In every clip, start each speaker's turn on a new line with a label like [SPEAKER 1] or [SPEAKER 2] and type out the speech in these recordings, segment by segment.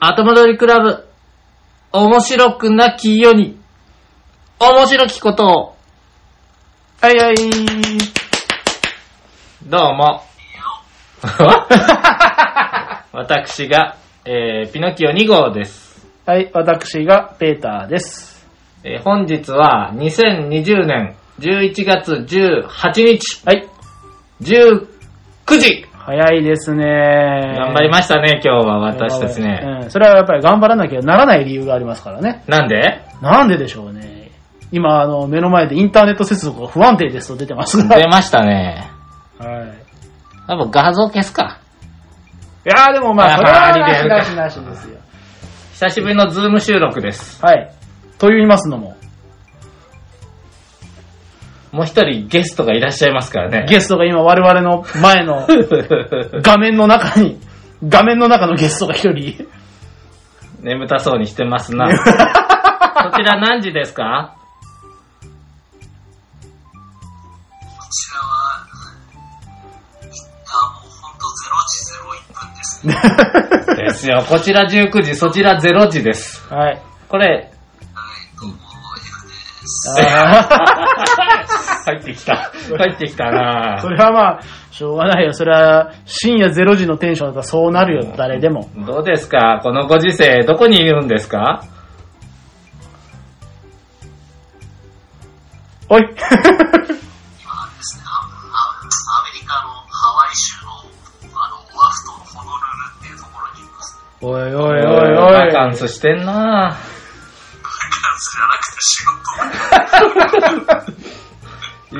[SPEAKER 1] 後戻りクラブ、面白くなきように、面白きことを。はいはい。
[SPEAKER 2] どう も。私が、えー、ピノキオ2号です。
[SPEAKER 1] はい、私がペーターです。
[SPEAKER 2] えー本日は2020年11月18日、
[SPEAKER 1] はい、
[SPEAKER 2] 19時、
[SPEAKER 1] 早いですね。頑
[SPEAKER 2] 頑張り
[SPEAKER 1] し
[SPEAKER 2] ましたね、今日は
[SPEAKER 1] た
[SPEAKER 2] 私たちね。。
[SPEAKER 1] うんそれはやっぱり頑張らなきゃならない理由がありますからね。
[SPEAKER 2] なん で
[SPEAKER 1] なんででしょうね。今、あの、目の前でインターネット接続が不安定ですと出てますが。
[SPEAKER 2] 出ましたね。
[SPEAKER 1] はい。
[SPEAKER 2] 多分画像消すか。
[SPEAKER 1] いやーでもまあ、
[SPEAKER 2] あ
[SPEAKER 1] そ
[SPEAKER 2] ー
[SPEAKER 1] れはな
[SPEAKER 2] あ
[SPEAKER 1] し
[SPEAKER 2] り
[SPEAKER 1] な
[SPEAKER 2] が
[SPEAKER 1] し
[SPEAKER 2] とう
[SPEAKER 1] なしですよ。
[SPEAKER 2] 久しぶりのズーム収録です。
[SPEAKER 1] はい。と言いますのも、
[SPEAKER 2] もう一人ゲストがいらっしゃいますからね。
[SPEAKER 1] ゲストが今我々の 前の画面の中に、画面の中のゲストが一人。
[SPEAKER 2] 眠たそうにしてます な。そちら何時ですか
[SPEAKER 3] こちらは、あもうほんと0時01分ですね。
[SPEAKER 2] ですよ。こちら19時、そちら0時です。
[SPEAKER 1] はい。
[SPEAKER 2] これ、
[SPEAKER 3] はい、どうも、F です。
[SPEAKER 2] 入ってきた。入ってきたな
[SPEAKER 1] それはまあ、しょうがないよ。それは深夜0時のテンションだったらそうなるよ、誰でも。
[SPEAKER 2] どうですかこのご時世、どこにいるんですか
[SPEAKER 1] おい
[SPEAKER 3] 今あれですね、ああアメリカのハワイ州の、あの、オアフ島のホノルルっていうところにいます。
[SPEAKER 1] おいおいおいお
[SPEAKER 2] バ
[SPEAKER 1] い。
[SPEAKER 2] カンスしてん な
[SPEAKER 3] バカンスじゃなくて仕事。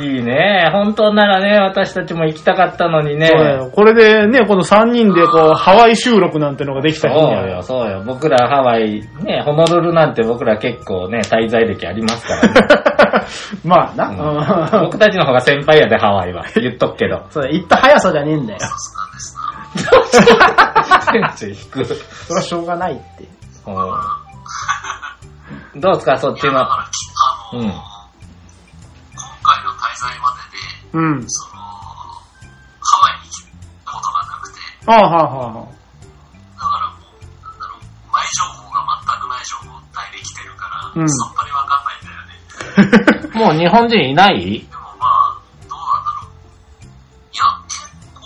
[SPEAKER 2] いいね本当ならね、私たちも行きたかったのにね。
[SPEAKER 1] そうだよこれでね、この3人でこう、ハワイ収録なんてのができた
[SPEAKER 2] そう
[SPEAKER 1] らいいんだ
[SPEAKER 2] よ、そうよ。僕らハワイ、ね、ホノルルなんて僕ら結構ね、滞在歴ありますから ね。
[SPEAKER 1] まあ な。
[SPEAKER 2] うん
[SPEAKER 1] うん。
[SPEAKER 2] 僕たちの方が先輩やで、ハワイは。言っとくけど
[SPEAKER 1] そうだ、行った速さじゃねえんだよ。
[SPEAKER 2] センチ引く。
[SPEAKER 1] それはしょうがないって。
[SPEAKER 2] うんどうですか、そっちの。
[SPEAKER 3] だから、きあの、
[SPEAKER 2] うん
[SPEAKER 3] 今回の滞在までで、
[SPEAKER 1] うん。
[SPEAKER 3] その、ハワイに来たことがなくて、
[SPEAKER 1] ああ、はあ、はあはあ。
[SPEAKER 3] だからもう、なんだろう、前情報が全くない情報を大で来てるから、
[SPEAKER 1] うん
[SPEAKER 3] さっぱりわかんないんだよね。
[SPEAKER 2] もう日本人いない
[SPEAKER 3] でもまあ、どうなんだろう。いや、結構、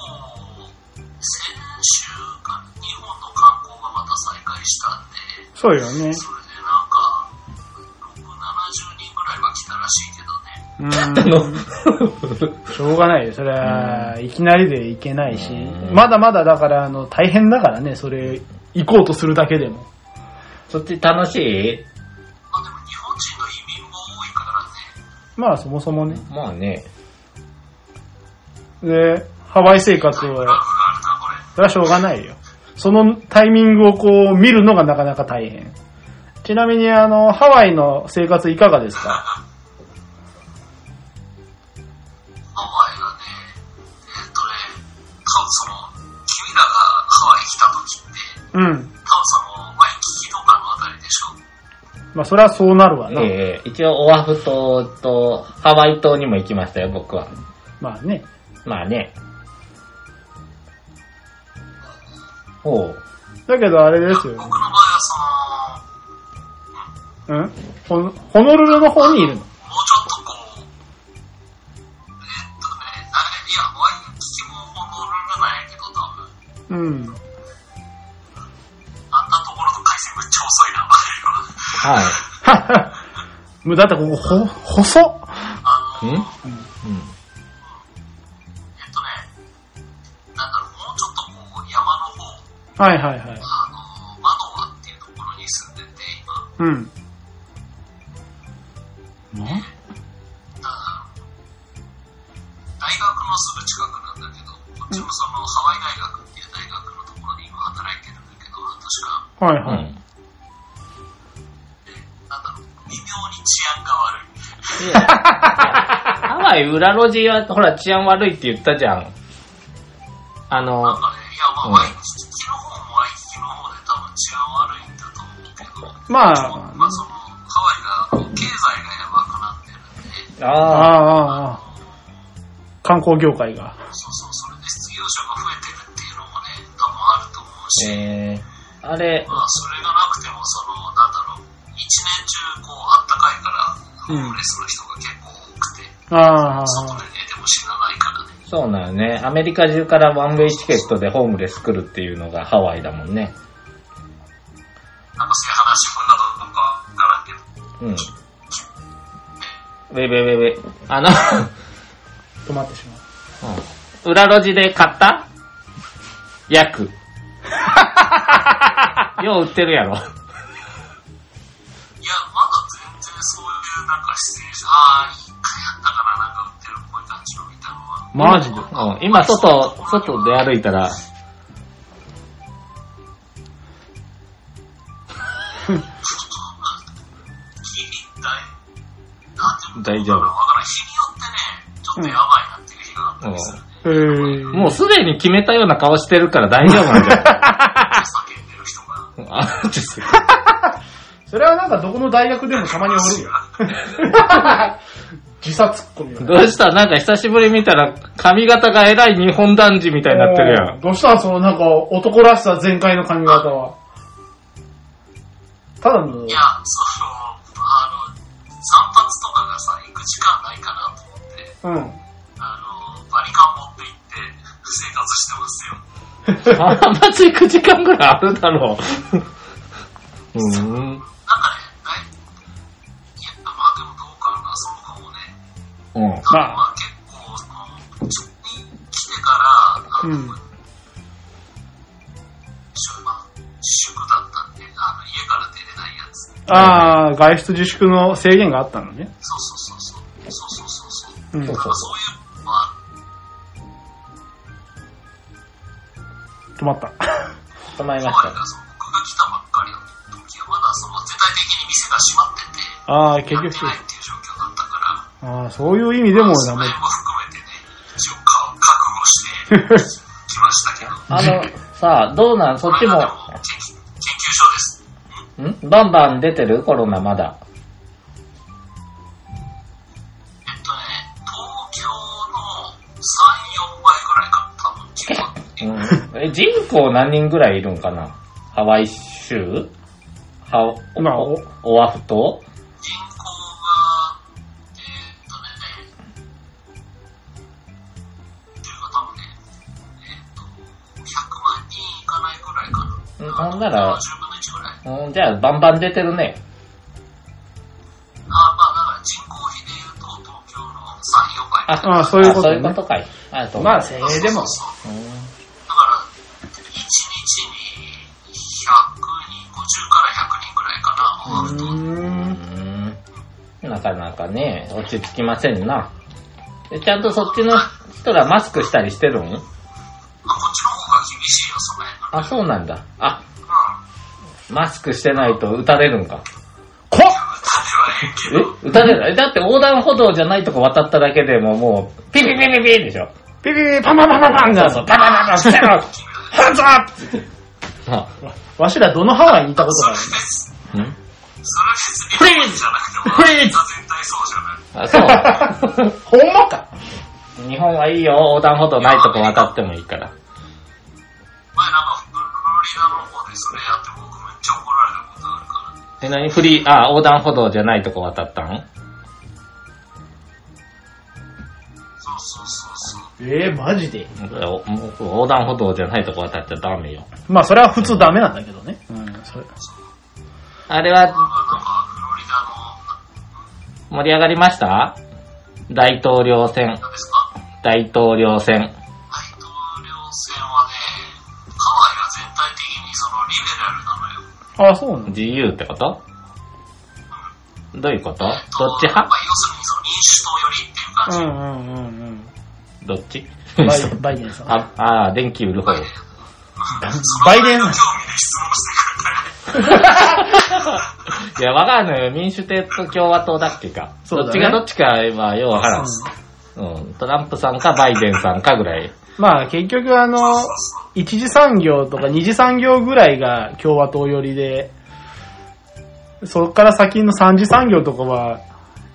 [SPEAKER 3] 先週か、日本の観光がまた再開したんで、
[SPEAKER 1] そうよね。
[SPEAKER 3] それでなんか、6、70人ぐらいは来たらしいけどね。
[SPEAKER 1] うん。しょうがないよ。それは、いきなりでいけないし
[SPEAKER 2] う。ん
[SPEAKER 1] まだまだだから、あの、大変だからね、それ、行こうとするだけでも。
[SPEAKER 2] そっち楽しい
[SPEAKER 3] まあでも日本人の移民も多いからね、
[SPEAKER 1] まあ、そもそもね。
[SPEAKER 2] まあね。
[SPEAKER 1] で、ハワイ生活を、
[SPEAKER 3] ラフがあるな、これ。
[SPEAKER 1] それはしょうがないよ。そのタイミングをこう、見るのがなかなか大変。ちなみに、あの、ハワイの生活いかがですか
[SPEAKER 3] ハワイはね、えっとね、多分その、君らがハワイ来た時って、
[SPEAKER 1] うん。
[SPEAKER 3] 多分その、ワイキキとかのあたりでしょ。
[SPEAKER 1] まあ、それはそうなるわな。
[SPEAKER 2] ええ一応オアフ島とハワイ島にも行きましたよ、僕は。
[SPEAKER 1] まあね。
[SPEAKER 2] まあね。おう。
[SPEAKER 1] だけど、あれですよね。
[SPEAKER 3] 僕の場合はその、
[SPEAKER 1] うんほのホノルルの方にいるの。
[SPEAKER 3] もうちょっとこう、えっとね、あれ、いや、ワイキキもホノルルなんやけど、多分、
[SPEAKER 1] うん。
[SPEAKER 3] あんなところの回線めっちゃ遅いな、
[SPEAKER 2] はい。
[SPEAKER 1] はっはもうだってここ、ほ、細っ
[SPEAKER 2] んうん。
[SPEAKER 3] えっとね、なんだろう、もうちょっとこう、山の方、
[SPEAKER 1] はいはいはい。
[SPEAKER 3] あの、マドワっていうところに住んでて、今、
[SPEAKER 1] うん。
[SPEAKER 3] 大学のすぐ近くなんだけど、こっちもその、ハワイ大学っていう大学のところに今働いてるんだけど、確か、
[SPEAKER 1] はいうはい。
[SPEAKER 2] ん。
[SPEAKER 3] なんだろう、微妙に治安が悪い。
[SPEAKER 2] いやハワイ裏路地は、ほら、治安悪いって言ったじゃん。あの、
[SPEAKER 3] あれいや、まあ、ワイキキの方もワイキキの方で多分治安悪いんだと思うけど、
[SPEAKER 1] まあ、
[SPEAKER 3] まあ、その、ハワイが、経済がやばくなってるんで、
[SPEAKER 1] ああ
[SPEAKER 2] ああ、
[SPEAKER 1] ああああ。観光業界が。
[SPEAKER 3] そうそう、それで失業者が増えてるっていうのもね、多分あると思うし、
[SPEAKER 2] えあれ、
[SPEAKER 3] まあ、それがなくても、その、なんだろう、一年中、こう、あったかいから、ホームレスの人が結構多くて、
[SPEAKER 1] ああ、
[SPEAKER 3] 外で寝ても死なないからね。
[SPEAKER 2] そうなのね。アメリカ中からワンウェイチケットでホームレス来るっていうのがハワイだもんね。
[SPEAKER 3] なんかそういう話もなどとか、ならんけど、
[SPEAKER 2] うん。ウェイウェイウェイウェイ。あの、
[SPEAKER 1] 止まってしまう。
[SPEAKER 2] うん裏路地で買った 薬。よう売ってるやろ。
[SPEAKER 3] いや、まだ全然そういう、なんか、出演者、ああ、一回やったからなんか売ってるっぽい感じのみたいなのは、
[SPEAKER 1] マジで
[SPEAKER 2] うん、今外、外出歩いたら、
[SPEAKER 3] 日々大、なんていうの
[SPEAKER 2] 大丈
[SPEAKER 3] だから日によってね、ちょっとやばいなっていう日があったりする。
[SPEAKER 1] へえ。
[SPEAKER 2] 夫。もうすでに決めたような顔してるから大丈夫なんじゃない
[SPEAKER 3] 叫んでる人が。
[SPEAKER 2] あちょっと
[SPEAKER 1] それはなんかどこの大学でもたまにおるよ。自殺っこみたいな。
[SPEAKER 2] どうしたなんか久しぶり見たら髪型が偉い日本男児みたいになってるやん。
[SPEAKER 1] どうしたんそのなんか男らしさ全開の髪型は。ただの
[SPEAKER 3] い、や、その、あの、散髪とかがさ、行く時間ないかなと思って、
[SPEAKER 1] うん。
[SPEAKER 3] あの、バリカン持って行って、生活してますよ。
[SPEAKER 2] あんまつ行く時間ぐらいあるだろう。うん。
[SPEAKER 3] なんかね、ない、いや、まあでもどうかな、その子もね、
[SPEAKER 2] うん。
[SPEAKER 3] 多分
[SPEAKER 1] まあ
[SPEAKER 3] まあ結構、その、直近来てから、あ
[SPEAKER 1] う
[SPEAKER 3] の、
[SPEAKER 1] ん
[SPEAKER 3] 週まあ自粛だったんで、あの、家から出れないやつ。
[SPEAKER 1] ああ、外出自粛の制限があったのね。
[SPEAKER 3] そうそうそうそう。そうそうそうそう。
[SPEAKER 1] うん
[SPEAKER 2] そう
[SPEAKER 3] なんかそういう、まあ、
[SPEAKER 1] 止まった。
[SPEAKER 2] 止まり
[SPEAKER 3] ハワイがその僕が来たばっかりの時はまだその全体的に店が閉まってて、
[SPEAKER 1] ああ、結
[SPEAKER 3] やっ
[SPEAKER 1] 局
[SPEAKER 3] てないっていう状況だったから、
[SPEAKER 1] ああ、そういう意味でも
[SPEAKER 3] そ
[SPEAKER 1] ダ
[SPEAKER 3] の
[SPEAKER 1] メ
[SPEAKER 3] 辺。も含めてね、一応か覚悟してきましたけど、
[SPEAKER 2] あの、さあ、どうなんそっちも
[SPEAKER 3] これ、はでも研究研究所です。
[SPEAKER 2] んバンバン出てるコロナまだ。
[SPEAKER 3] えっとね、東京の3、4倍ぐらいか、多分聞こえ
[SPEAKER 2] うん。
[SPEAKER 3] て。
[SPEAKER 2] え、人口何人ぐらいいるんかなハワイ州ハ
[SPEAKER 1] まあ
[SPEAKER 2] オ、オアフ島
[SPEAKER 3] 人口が、えっとね、というか多分ね、えっと、100万人いかないぐらいか
[SPEAKER 2] う
[SPEAKER 3] な。
[SPEAKER 2] んなんなら、
[SPEAKER 3] 10分の1ぐらい。
[SPEAKER 2] うん、じゃあバンバン出てるね。
[SPEAKER 3] あまあ、だから人口比で言うと東京の3、4倍。
[SPEAKER 1] ああ、そういうこと
[SPEAKER 2] あそうい
[SPEAKER 1] ね
[SPEAKER 2] う。ことかい。あと、
[SPEAKER 1] まあ、せいでも。
[SPEAKER 3] そうそう
[SPEAKER 2] う
[SPEAKER 3] そう
[SPEAKER 2] ん
[SPEAKER 3] だから、1日に100人、50から100人ぐらいかな。
[SPEAKER 1] うーん。
[SPEAKER 2] うんなかなかね、落ち着きませんな。でちゃんとそっちの人らマスクしたりしてるん
[SPEAKER 3] まあ、こっちの方が厳しいよ、その辺が。
[SPEAKER 2] あ、そうなんだ。あ、
[SPEAKER 3] うん。あ
[SPEAKER 2] マスクしてないと撃たれるんか。
[SPEAKER 1] こ
[SPEAKER 3] れはええ
[SPEAKER 2] え
[SPEAKER 3] けど、
[SPEAKER 2] 撃たれるえだって横断歩道じゃないとこ渡っただけでももう、ピピピピピでしょ。
[SPEAKER 1] ピピピパンパンパンパンパン
[SPEAKER 2] そうそ
[SPEAKER 1] が
[SPEAKER 2] う、パパパパ、捨てろ
[SPEAKER 1] ハンズアッ
[SPEAKER 2] あ
[SPEAKER 1] プわしらどのハワイに行ったこと
[SPEAKER 3] そ
[SPEAKER 1] が
[SPEAKER 3] れ
[SPEAKER 1] ある
[SPEAKER 3] 別に、
[SPEAKER 2] ん
[SPEAKER 3] それ別に、フリーズじゃなくても、
[SPEAKER 1] フリーズ
[SPEAKER 3] 全体そうじゃない。
[SPEAKER 2] あ、そ う。
[SPEAKER 1] ほんまか
[SPEAKER 2] 日本はいいよ、横断歩道ないとこ渡ってもいいから。
[SPEAKER 3] 前なんか、フロリダの方でそれやって僕めっちゃ怒られたことあるから。
[SPEAKER 2] え、何フリー、あ、横断歩道じゃないとこ渡ったん
[SPEAKER 3] そうそうそうそう。
[SPEAKER 1] ええマジで。
[SPEAKER 2] お僕横断歩道じゃないとこ渡っちゃダメよ。
[SPEAKER 1] まあ、それは普通ダメなんだけどね。うん、それ。
[SPEAKER 2] あれは
[SPEAKER 3] なんか、フロリダの、
[SPEAKER 2] 盛り上がりました大統領選、
[SPEAKER 3] なんですか
[SPEAKER 2] 大統領選。
[SPEAKER 3] 大統領選はね、ハワイが全体的にそのリベ
[SPEAKER 1] あ
[SPEAKER 3] ラルなのよ。
[SPEAKER 1] あ、そうなんだ。
[SPEAKER 2] 自由ってことどういうことどっち
[SPEAKER 3] まあ
[SPEAKER 2] 派
[SPEAKER 3] 要するにその民主党寄りっていう感
[SPEAKER 1] う
[SPEAKER 3] じ。
[SPEAKER 1] んうんうん
[SPEAKER 2] どっち
[SPEAKER 1] うん。バイバイデンさ ん。
[SPEAKER 2] あ、あー電気売る 方。
[SPEAKER 1] バイデン
[SPEAKER 3] 興味で質問してくれたり。
[SPEAKER 2] いや、わかんないよ。民主党と共和党だっけか。
[SPEAKER 1] そう
[SPEAKER 2] ど
[SPEAKER 1] だ
[SPEAKER 2] っ
[SPEAKER 1] ね
[SPEAKER 2] ちがどっちかは、ようわからん。うん。トランプさんかバイデンさんかぐらい。
[SPEAKER 1] まあ、結局あの、一次産業とか二次産業ぐらいが共和党寄りで、そっから先の三次産業とかは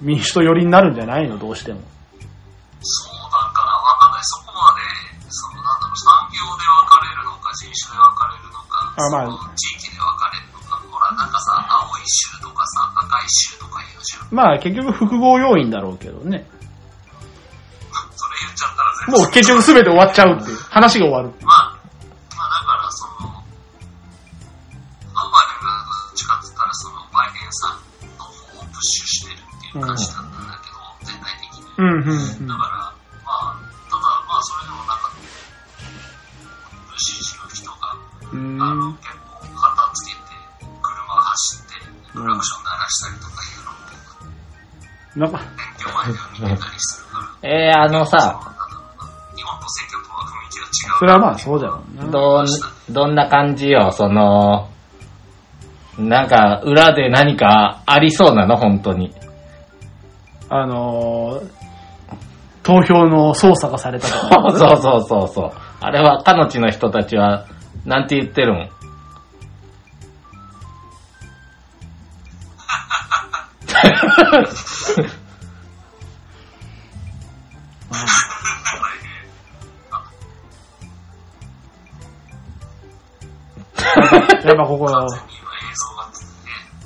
[SPEAKER 1] 民主党寄りになるんじゃないのどうしても。
[SPEAKER 3] そうなんかな、わかんない。そこまで、そのなんだろう、産業で分かれるのか、人種で分かれるのか、
[SPEAKER 1] あまあ
[SPEAKER 3] その地域
[SPEAKER 1] まあ結局複合要因だろうけどね。
[SPEAKER 3] それ言っちゃったら全部
[SPEAKER 1] もう結局全て終わっちゃうっていう。話が終わるっていう。
[SPEAKER 3] まあ、まあだからその、まあバイデンがどっちかって言ったらそのバイデンさんの方をプッシュしてるっていう感じだったんだけど、全体的
[SPEAKER 1] う
[SPEAKER 3] に。
[SPEAKER 1] んうんうん
[SPEAKER 3] だから、まあ、ただまあそれでもなんか、無視しの人が、
[SPEAKER 1] うーん
[SPEAKER 3] あの、結構旗つけて、車走って、クラクション鳴らしたりとかいうのも、
[SPEAKER 1] なんか、
[SPEAKER 3] 勉強前では見てたりするから、
[SPEAKER 2] えー、あのさ、
[SPEAKER 3] 日本と選挙とは雰囲気が違う
[SPEAKER 1] そ。れはまあそうだろうな。
[SPEAKER 2] どん、どんな感じよ、その、なんか、裏で何かありそうなの、本当 に。
[SPEAKER 1] あのー、投票の操作がされたとか。
[SPEAKER 2] そうそうそうそう。あれは、かのちの人たちは、なんて言ってる もん。
[SPEAKER 1] やっぱここ、
[SPEAKER 3] 今映像がつっ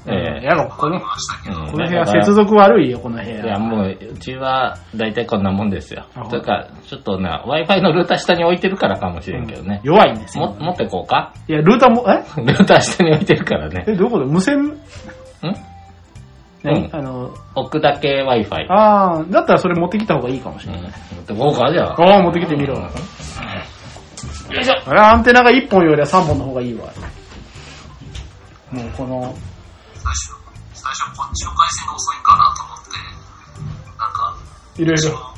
[SPEAKER 3] て、
[SPEAKER 2] え
[SPEAKER 1] やっぱこの、
[SPEAKER 3] ましたけ
[SPEAKER 2] え
[SPEAKER 3] ど、
[SPEAKER 1] この部屋接続悪いよ、この
[SPEAKER 2] い
[SPEAKER 1] 部
[SPEAKER 2] や、
[SPEAKER 1] 屋。
[SPEAKER 2] もう、うちは、だいたいこんなもんですよ
[SPEAKER 1] あほ。ん
[SPEAKER 2] というか、ちょっとな、Wi-Fi のルーター下に置いてるからかもしれんけどね。
[SPEAKER 1] 弱いんです
[SPEAKER 2] も
[SPEAKER 1] よ。、
[SPEAKER 2] 持ってこうか
[SPEAKER 1] いや、ルーターも、え
[SPEAKER 2] ルーター下に置いてるからね。
[SPEAKER 1] え、どういうこと無線、
[SPEAKER 2] ん
[SPEAKER 1] 何
[SPEAKER 2] うん
[SPEAKER 1] あの、
[SPEAKER 2] 置くだけ Wi-Fi。
[SPEAKER 1] あー、だったらそれ持ってきた方がいいかもし
[SPEAKER 2] う
[SPEAKER 1] れ
[SPEAKER 2] ん
[SPEAKER 1] ない。
[SPEAKER 2] 持ってこうか、じゃあ。
[SPEAKER 1] あー、持ってきてみろ。
[SPEAKER 2] よいしょ
[SPEAKER 1] あれアンテナが1本よりは3本の方がいいわ。もうこの、
[SPEAKER 3] 最初、最初こっちの回線が遅いんかなと思って、なんか、
[SPEAKER 1] いろいろ。
[SPEAKER 3] ネットワ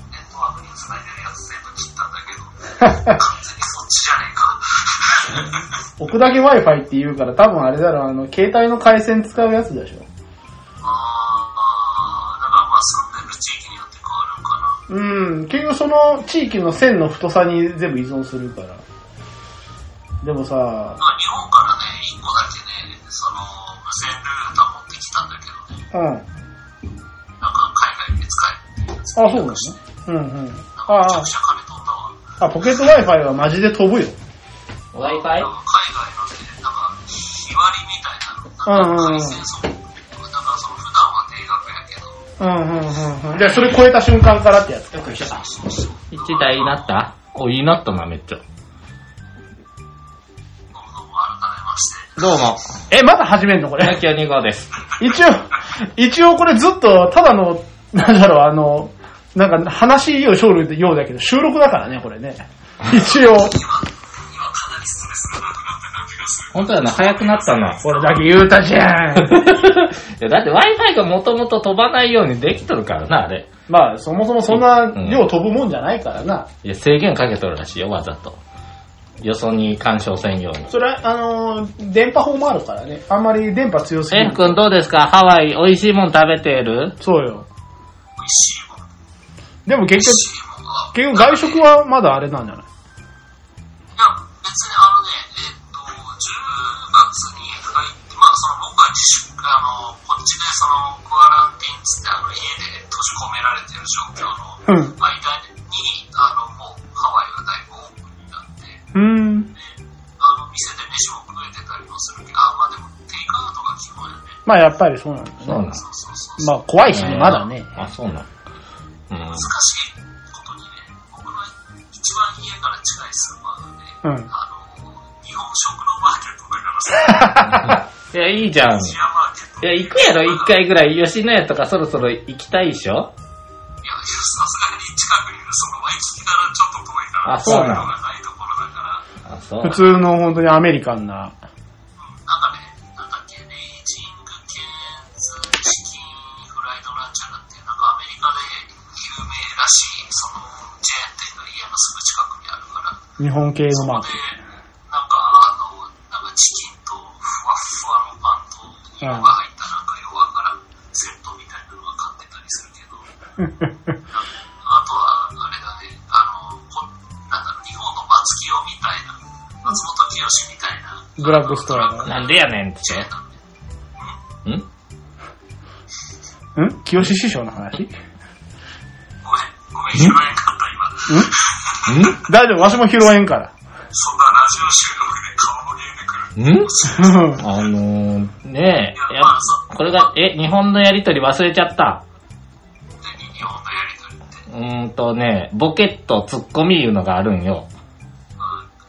[SPEAKER 3] ークに繋いでるやつ全部切ったんだけど、完全にそっちじゃねえか。
[SPEAKER 1] 置くだけ Wi-Fi って言うから多分あれだろ、あの、携帯の回線使うやつでしょ。
[SPEAKER 3] あー、あーだからまあ住んでる地域によって変わるんかな。
[SPEAKER 1] うん、結局その地域の線の太さに全部依存するから。でもさ、
[SPEAKER 3] まあ日本からね、1個だけね、その、無線ルーター持ってきたんだけどね、
[SPEAKER 1] うん。あ、
[SPEAKER 3] なんか海外で使えるっていうやつ
[SPEAKER 1] そうなのね。うんうん。
[SPEAKER 3] なんかめち
[SPEAKER 1] あ
[SPEAKER 3] ゃくちゃ金取ったわ。
[SPEAKER 1] あ、あ、ポケット Wi-Fi はマジで飛ぶよ。
[SPEAKER 3] なんか海外のね、なんか、日割りみたいなの、なんか回線
[SPEAKER 2] Wi-Fi?
[SPEAKER 3] 速度、なんかその、なんかその普段は定額やけど、
[SPEAKER 1] うんうんうんうん。じゃあそれ超えた瞬間からってやつ。
[SPEAKER 2] よく来た。一台になったお、いいなったな、めっちゃ。
[SPEAKER 3] どうもどうも改めまして、
[SPEAKER 2] どうも、
[SPEAKER 1] え、まだ始めんのこ
[SPEAKER 2] 東
[SPEAKER 1] れ。
[SPEAKER 2] 京2号です。
[SPEAKER 1] 一応、一応これずっと、ただの、なんだろう、あの、なんか話よ、ショールようだけど、収録だからね、これね。一応、
[SPEAKER 3] 今かなりストレスがなくなった感じがする。
[SPEAKER 2] 本当だな、早くなったな。
[SPEAKER 1] これだけ言うたじゃん。
[SPEAKER 2] いやだって Wi-Fi がもともと飛ばないようにできとるからな、あれ。
[SPEAKER 1] まあ、そもそもそんな量飛ぶもんじゃないからな。
[SPEAKER 2] いや、制限かけとるらしいよ、わざと。よそに干渉せんように。
[SPEAKER 1] それは、あのー電波法もあるからね。あんまり電波強すぎ
[SPEAKER 2] え
[SPEAKER 1] る
[SPEAKER 2] ふ。くんどうですかハワイ、美味しいもん食べてる
[SPEAKER 1] そうよ。
[SPEAKER 3] 美味しいもん、
[SPEAKER 1] でも結
[SPEAKER 3] 美味しいもんが。い
[SPEAKER 1] 局、結局外食はまだあれなんじゃない
[SPEAKER 3] や、別にあのね、えっと、10月に入って、まあその僕は自粛、あの、こっちでその、クアランティーンつって、あの、家で閉じ込められてる状況
[SPEAKER 1] う
[SPEAKER 3] の
[SPEAKER 1] ん。
[SPEAKER 3] 間に、あの、もうハワイがだいぶオープンになって、
[SPEAKER 1] うん。
[SPEAKER 3] あの、店で飯も食えてたりもするけど、あ、まあでも、テイクアウトが基本やね。
[SPEAKER 1] まあ、やっぱりそうなんだ
[SPEAKER 2] そう
[SPEAKER 1] ね。
[SPEAKER 2] なの。
[SPEAKER 3] そうそうそう。
[SPEAKER 1] まあ、怖いしね、まだね。
[SPEAKER 2] あ、そうなの。うん
[SPEAKER 3] 難。しいことにね、僕の一番家から近いスーパーがね、
[SPEAKER 1] うん。
[SPEAKER 3] あの、日本食のマーケットだからさ、
[SPEAKER 2] いや、いいじゃん。
[SPEAKER 3] シェアマーケッ
[SPEAKER 2] い
[SPEAKER 3] ト。いや、い
[SPEAKER 2] や、行くやろ、一回ぐらい。吉野家とかそろそろ行きたいでしょ
[SPEAKER 3] やさすがに近くにいる、その、ワイキキからちょっと遠いから、
[SPEAKER 2] あそうな
[SPEAKER 3] いう
[SPEAKER 2] の
[SPEAKER 3] のがないところだから、
[SPEAKER 2] あ、そう。
[SPEAKER 1] 普通の本当にアメリカンな。
[SPEAKER 3] うんなんかね、なんだっけ、レイジングケーンズチキンフライドランチャーっていう、なんかアメリカで有名らしい、その、チェーン店が家のすぐ近くにあるから、
[SPEAKER 1] 日本系のマー
[SPEAKER 3] で
[SPEAKER 1] ケ、
[SPEAKER 3] なんか、あの、なんかチキンとふわふわのパンと色が入ったなんか弱からセットみたいなのが買ってたりするけど、 あとは、あれだね、あの、こなんだろう、日本の松清みたいな、松本清みたいな、
[SPEAKER 1] ット。ドラッグストアの。
[SPEAKER 2] なんでやねんって
[SPEAKER 3] チェーンだね。
[SPEAKER 2] ん
[SPEAKER 1] ん清志師匠の話
[SPEAKER 3] ごめん、ごめん、拾えんかった今。
[SPEAKER 2] ん
[SPEAKER 1] 大丈夫、わしも拾えんから。
[SPEAKER 3] そんなラジオ収録で顔の見えてくる
[SPEAKER 2] ん
[SPEAKER 1] うん
[SPEAKER 2] あのー、ねえ、やっ
[SPEAKER 3] まあそ
[SPEAKER 2] これが、え、日本のやりとり忘れちゃった。
[SPEAKER 3] うで日本のやりとりって、うん、
[SPEAKER 2] うーんとね、ボケっとツッコミいうのがあるんよ。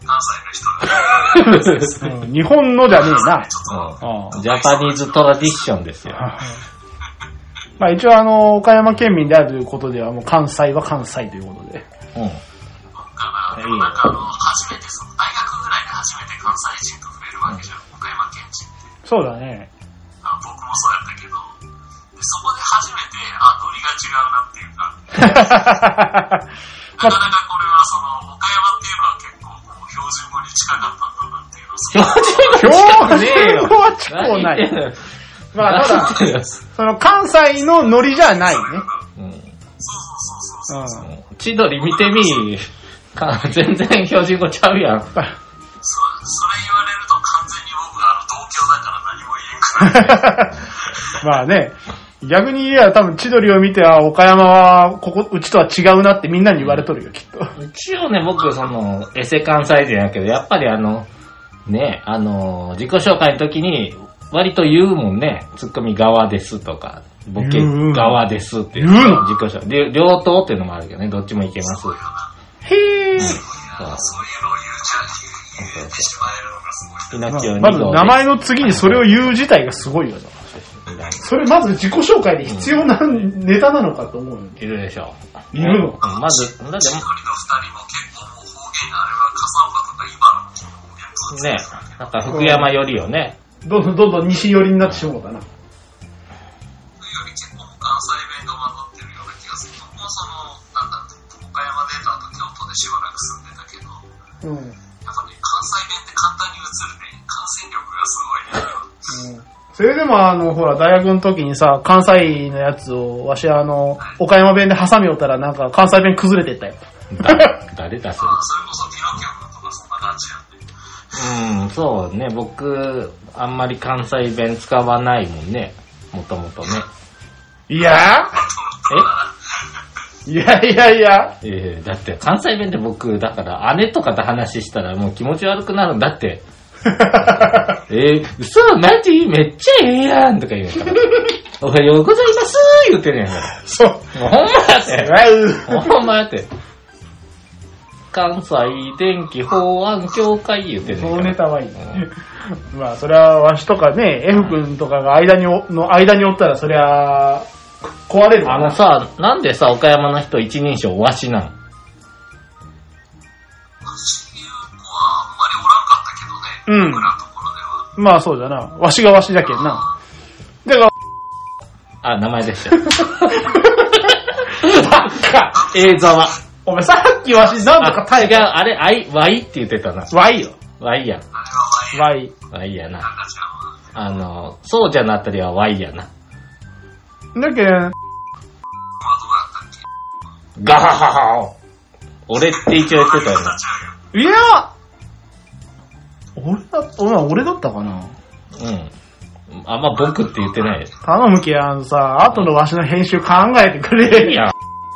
[SPEAKER 3] 関西の人が
[SPEAKER 1] うん日本のじゃねえな。
[SPEAKER 2] うんジャパニーズトラディションですよ。
[SPEAKER 1] まあ一応あの、岡山県民であるということでは、もう関西は関西ということで。
[SPEAKER 2] うん。
[SPEAKER 3] から、でもなんかあの、初めてその、大学ぐらいで初めて関西人と触れるわけじゃん、岡山県人って。
[SPEAKER 1] そうだ ね。
[SPEAKER 3] あ僕もそうやったけど、でそこで初めて、あ、ノリが違うなっていうか、なかなかこれはその、岡山っていうのは結構こう、標準語に近かったんだなっていうのを、
[SPEAKER 2] 標準
[SPEAKER 1] 標
[SPEAKER 3] その
[SPEAKER 2] 語 近くねえよ
[SPEAKER 1] 準
[SPEAKER 2] 何言って。んの
[SPEAKER 1] 語。は近くない
[SPEAKER 2] よ
[SPEAKER 1] まあただ
[SPEAKER 2] 何言っ、てんのよ
[SPEAKER 1] その関西のノリじゃないね。
[SPEAKER 2] うん
[SPEAKER 1] うん。
[SPEAKER 2] 千鳥見てみ。か全然標準語ちゃうやん。
[SPEAKER 3] そそれ言われると完全に僕があの、同郷だから何も言えん くなる。
[SPEAKER 1] まあね、逆に言えば多分千鳥を見て、あ、岡山は、ここ、うちとは違うなってみんなに言われとるよ、きっと。
[SPEAKER 2] 一応ね、僕、その、エセ関西人やけど、やっぱりあの、ね、あの、自己紹介の時に、割と言うもんね、ツッコミ側ですとか、ボケ側ですっていう、
[SPEAKER 1] 言うの
[SPEAKER 2] 自己紹介。りょ両党っていうのもあるけどね、どっちもいけます。そう
[SPEAKER 1] へえ。
[SPEAKER 3] そういうのを言うちゃ言ってしまえるのがすご
[SPEAKER 2] ピ
[SPEAKER 3] い。
[SPEAKER 2] ノキオ2
[SPEAKER 1] まず
[SPEAKER 2] 号
[SPEAKER 1] 名前の次にそれを言う自体がすごいよな。それまず自己紹介で必要なネタなのかと思うよね。
[SPEAKER 2] いるでしょう。
[SPEAKER 1] いるの
[SPEAKER 2] うんまず、だって
[SPEAKER 3] 千鳥の二人も結構もう方言があれは笠岡とか今の方言
[SPEAKER 2] ね、
[SPEAKER 3] と
[SPEAKER 2] なんか福山よりよね、
[SPEAKER 1] どんどんどんどん西寄りになってしまうかな。
[SPEAKER 3] より結構関西弁が混ざってるような気がする。僕もその、なんだろう、岡山出た後京都でしばらく住んでたけど、や
[SPEAKER 1] うん。うん。
[SPEAKER 3] っぱね、関西弁って簡単に映るね、感染力がすごいね。
[SPEAKER 1] それでもあの、ほら、大学の時にさ、関西のやつを、わしあの、岡山弁で挟みおったらなんか関西弁崩れてったよ。
[SPEAKER 2] だ誰だそれ。
[SPEAKER 3] それこそピノキオ君とかそんな感じや
[SPEAKER 2] う
[SPEAKER 3] んね。
[SPEAKER 2] ん、そうね、僕、あんまり関西弁使わないもんね、もともとね。
[SPEAKER 1] いやいやいやいや。
[SPEAKER 2] ええーだって関西弁で僕、だから姉とかと話したらもう気持ち悪くなるんだって。えー、嘘マジめっちゃええやんとか言うから。おはようございます言うてんねんから。
[SPEAKER 1] そう。
[SPEAKER 2] もうほんまやって。
[SPEAKER 1] う
[SPEAKER 2] ほんまやって。関西電気法案協会言うてんねんから。
[SPEAKER 1] そうネタはいい。まあ、そりゃ、わしとかね、F 君とかが間にお、の間におったら、そりゃ、壊れる
[SPEAKER 2] あ
[SPEAKER 1] わ
[SPEAKER 2] の
[SPEAKER 1] な。
[SPEAKER 2] さ、なんでさ、岡山の人一人称わしなん
[SPEAKER 3] そういう子はあんまりおらんかったけどね、
[SPEAKER 1] うん
[SPEAKER 3] 僕らのところでは。
[SPEAKER 1] まあ、そうだな。わしがわしだけんな。だから、
[SPEAKER 2] あ、名前で した。バカ映像は。
[SPEAKER 1] お前さっきわし、なんとか
[SPEAKER 2] あ、違う、あれ、あい、わいって言ってたな。
[SPEAKER 1] わいよ。
[SPEAKER 2] わいや。
[SPEAKER 3] あれは
[SPEAKER 1] わ
[SPEAKER 3] 前
[SPEAKER 1] い。
[SPEAKER 2] わいやな。
[SPEAKER 3] 赤ちゃんは。
[SPEAKER 2] あの、そうじゃなったりはわいやな。
[SPEAKER 1] だけん、
[SPEAKER 2] ガハハハ俺って一応言ってたよな。
[SPEAKER 1] いや俺だ、お前俺だったか
[SPEAKER 2] う
[SPEAKER 1] な
[SPEAKER 2] ん。あんま僕って言ってない。
[SPEAKER 1] 頼むけ、あのさ、後のわしの編集考えてく
[SPEAKER 2] い
[SPEAKER 1] れ。
[SPEAKER 2] や、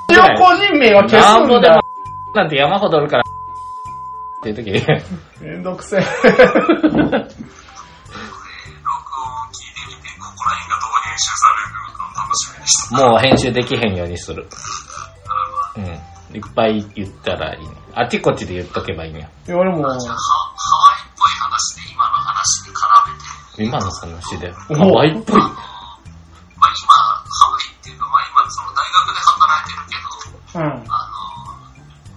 [SPEAKER 1] 一応個人名は消
[SPEAKER 2] な
[SPEAKER 1] す
[SPEAKER 2] んぼ
[SPEAKER 1] ん
[SPEAKER 2] で
[SPEAKER 1] だ
[SPEAKER 2] も。、なんて山ほどおるから、って いう時
[SPEAKER 1] めんどくせ え。
[SPEAKER 3] 録音を聞いてみて、ここら辺がどう編集されるのか楽しみにして
[SPEAKER 2] もう編集できへんようにする。うん。いっぱい言ったらいいね。あっちこっちで言っとけばいいね。
[SPEAKER 1] いや俺も、
[SPEAKER 3] ハワイっぽい話で今の話に絡めて、
[SPEAKER 2] 今の話で。
[SPEAKER 1] お
[SPEAKER 2] ハワイっぽい。
[SPEAKER 3] まあ、今、ハワイっていうか、まあ、今その大学で働いてるけ
[SPEAKER 1] う
[SPEAKER 3] ど、
[SPEAKER 1] ん。
[SPEAKER 3] あの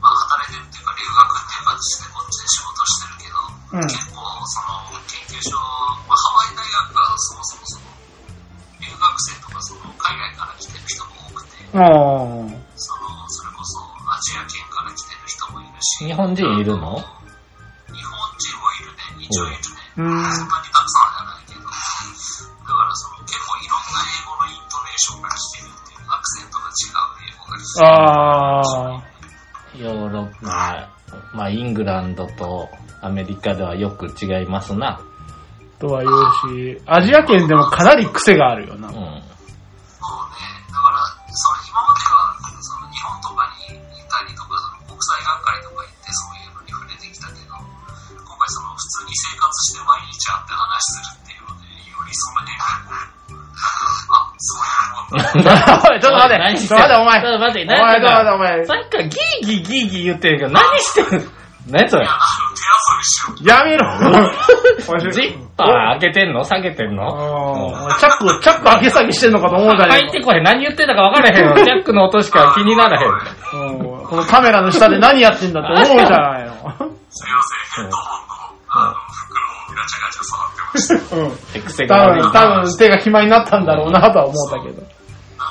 [SPEAKER 3] まあ、働いてるっていうか、留学っていう形でこっちで仕事してるけど、
[SPEAKER 1] うん
[SPEAKER 3] 結構その研究所、まあ、ハワイ大学がそもそもその留学生とかその海外から来てる人も多くて、
[SPEAKER 1] あー
[SPEAKER 3] そのそれこそアジア圏から来てる人もいるし、
[SPEAKER 2] 日本人いるの
[SPEAKER 3] 日本人もいるね、一応いるね。
[SPEAKER 1] う
[SPEAKER 3] そ
[SPEAKER 1] ん
[SPEAKER 3] ん。なにたくさんじゃないけど、だからその結構いろんな英語のイントネーションが来てるっていう、アクセントが違
[SPEAKER 1] あ
[SPEAKER 3] う英語が来てる。
[SPEAKER 1] あ。
[SPEAKER 2] ヨーロッパ、まあイングランドとアメリカではよく違いますな。
[SPEAKER 1] とは言うし、アジア圏でもかなり癖があるよな
[SPEAKER 2] う。ん。
[SPEAKER 3] そうね、だからその今まではその日本とかにいたりとか、その国際学会とか行ってそういうのに触れてきたけど、今回その普通に生活して毎日ちゃって話するっていうので、よりその辺、あ、そういうもんだ。
[SPEAKER 2] ちょっ
[SPEAKER 1] おいちょっと待てちょっと待てお前
[SPEAKER 2] ちょっと待て、
[SPEAKER 1] お
[SPEAKER 2] なん
[SPEAKER 1] 前
[SPEAKER 2] か
[SPEAKER 1] お前お前
[SPEAKER 2] さっきからギーギーギーギー言ってるけど、何してる何それ
[SPEAKER 3] いや、あの、手遊びしよう。
[SPEAKER 1] やめろ
[SPEAKER 2] ジッパー開けてんの下げてんの
[SPEAKER 1] あーチャック、チャック上げ下げしてんのかと思うじゃね
[SPEAKER 2] 入ってこい、何言ってたか分からへんの。ジャックの音しか気にならへん。
[SPEAKER 1] えかうんこのカメラの下で何やってんだって思うじゃない
[SPEAKER 3] すいません、ドボンの、あの、袋をガチャガチャ触ってました。
[SPEAKER 1] の。うん。
[SPEAKER 2] エクセが
[SPEAKER 1] 多
[SPEAKER 2] 悪い
[SPEAKER 1] 分、多分手が暇になったんだろうなとは思ったけど。
[SPEAKER 3] 何の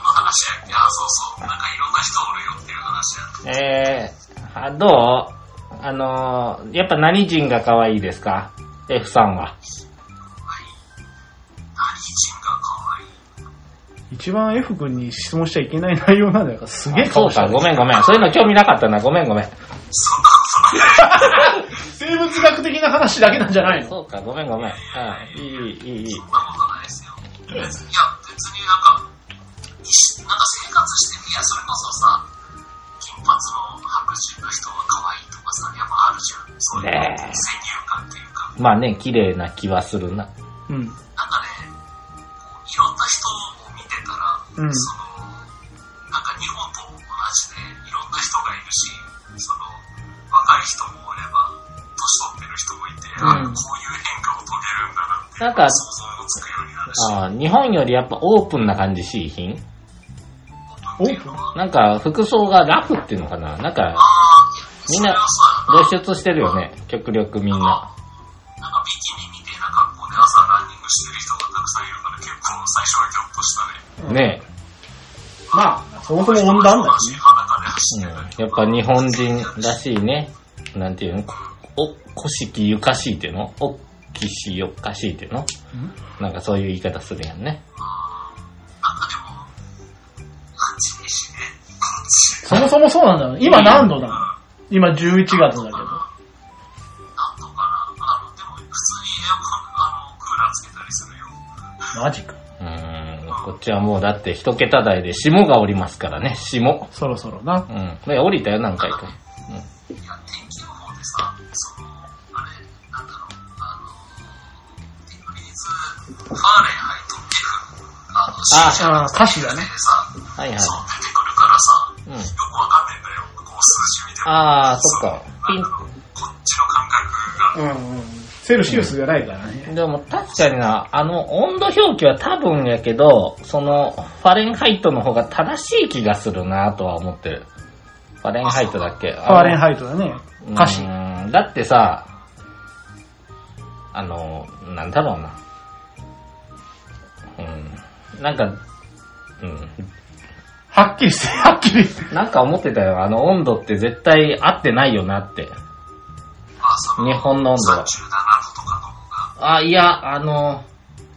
[SPEAKER 3] 話やっけあ、そうそう。なんかいろんな人おるよっていう話やって。
[SPEAKER 2] えー、あどうあのー、やっぱ何人が可愛いですか ?F さんは。
[SPEAKER 3] はい。何人が可愛い
[SPEAKER 1] 一番 F 君に質問しちゃいけない内容なんだよ。すげ
[SPEAKER 2] あ
[SPEAKER 1] え
[SPEAKER 2] そ
[SPEAKER 1] 顔
[SPEAKER 2] う
[SPEAKER 1] した
[SPEAKER 2] か、
[SPEAKER 1] ね
[SPEAKER 2] ごめんごめん。そういうの興味なかったな。ごめんごめん。
[SPEAKER 3] そんなことない。
[SPEAKER 1] 生物学的な話だけなんじゃないの
[SPEAKER 2] そうか、ごめんごめん。うん、いい、いい、いい。
[SPEAKER 3] そんなことないですよ。いや、別になんか、いしなんか生活してる、いや、それこそさ、金髪の白人の人は可愛いとかさ、やっぱあるじゃん。そういう
[SPEAKER 2] ねえ
[SPEAKER 3] 先入観っていうか、
[SPEAKER 2] まあね、綺麗な気はするな。
[SPEAKER 1] うん。
[SPEAKER 3] なんかね、こういろんな人を見てたら、
[SPEAKER 1] うん
[SPEAKER 3] その、なんか日本と同じで、いろんな人がいるし、その、若い人もおれば、年取ってる人もいて、あ
[SPEAKER 1] うん
[SPEAKER 3] こういう変化を遂げるんだなって、
[SPEAKER 2] なんか
[SPEAKER 3] 想像がつくようになるし、
[SPEAKER 2] あー日本よりやっぱオープンな感じしいひん
[SPEAKER 1] オープン
[SPEAKER 2] なんか服装がラフっていうのかななんか
[SPEAKER 3] ああ、い
[SPEAKER 2] み
[SPEAKER 3] や
[SPEAKER 2] んな
[SPEAKER 3] それはそうやな。
[SPEAKER 2] 露出してるよね。極力みんな。
[SPEAKER 3] なんかビキニみたいな格好で朝ランニングしてる人がたくさんいるから結構最初はギョッとしたね。
[SPEAKER 2] ね
[SPEAKER 1] まあ、そもそも温暖だしね。
[SPEAKER 3] 裸で走
[SPEAKER 2] え、
[SPEAKER 3] ってたり
[SPEAKER 2] うん。やっぱ日本人らしいね。なんていうのお、こしきゆかしいっていうのおっきしよかしいっていうのなんかそういう言い方するやんね。
[SPEAKER 3] なんかでも、感じいいしね。感じ。
[SPEAKER 1] そもそもそうなんだよ。今何度なの今11月だけど。
[SPEAKER 3] なんとかな。あの、でも普通にエアコン、あの、クーラーつけたりするよ。
[SPEAKER 1] マジか。
[SPEAKER 2] うーん。こっちはもうだって一桁台で霜が降りますからね。霜。
[SPEAKER 1] そろそろな。
[SPEAKER 2] うん。ね降りたよ、何回か。
[SPEAKER 3] いや、天気予報でさ、その、あれ、なんだろう、あの、ティフリーズ、ファーレンハイトっていう、あの、
[SPEAKER 2] あ
[SPEAKER 3] シー
[SPEAKER 1] ああ、歌詞だね
[SPEAKER 3] で。さ、
[SPEAKER 2] はいはい。
[SPEAKER 3] そう出てくるからさ、
[SPEAKER 2] うん。
[SPEAKER 3] よくわかんないんだよ、こう数字見ても。
[SPEAKER 2] ああ、そっか。ピン
[SPEAKER 3] こっちの感覚
[SPEAKER 1] う
[SPEAKER 3] が。
[SPEAKER 1] んうん。セルシウスじゃないからね。
[SPEAKER 2] でも確かにな、あの温度表記は多分やけど、そのファレンハイトの方が正しい気がするなとは思ってる。ファレンハイトだっけフ
[SPEAKER 1] ファーレンハイトだね。歌詞。
[SPEAKER 2] だってさ、あの、なんだろうな。うん。なんか、うん。
[SPEAKER 1] はっきりして、 はっきり。
[SPEAKER 2] なんか思ってたよ。あの温度って絶対合ってないよなって。
[SPEAKER 3] あ、その
[SPEAKER 2] 日本の温度は。
[SPEAKER 3] 17度とかの方が。
[SPEAKER 2] あ、いや、あの、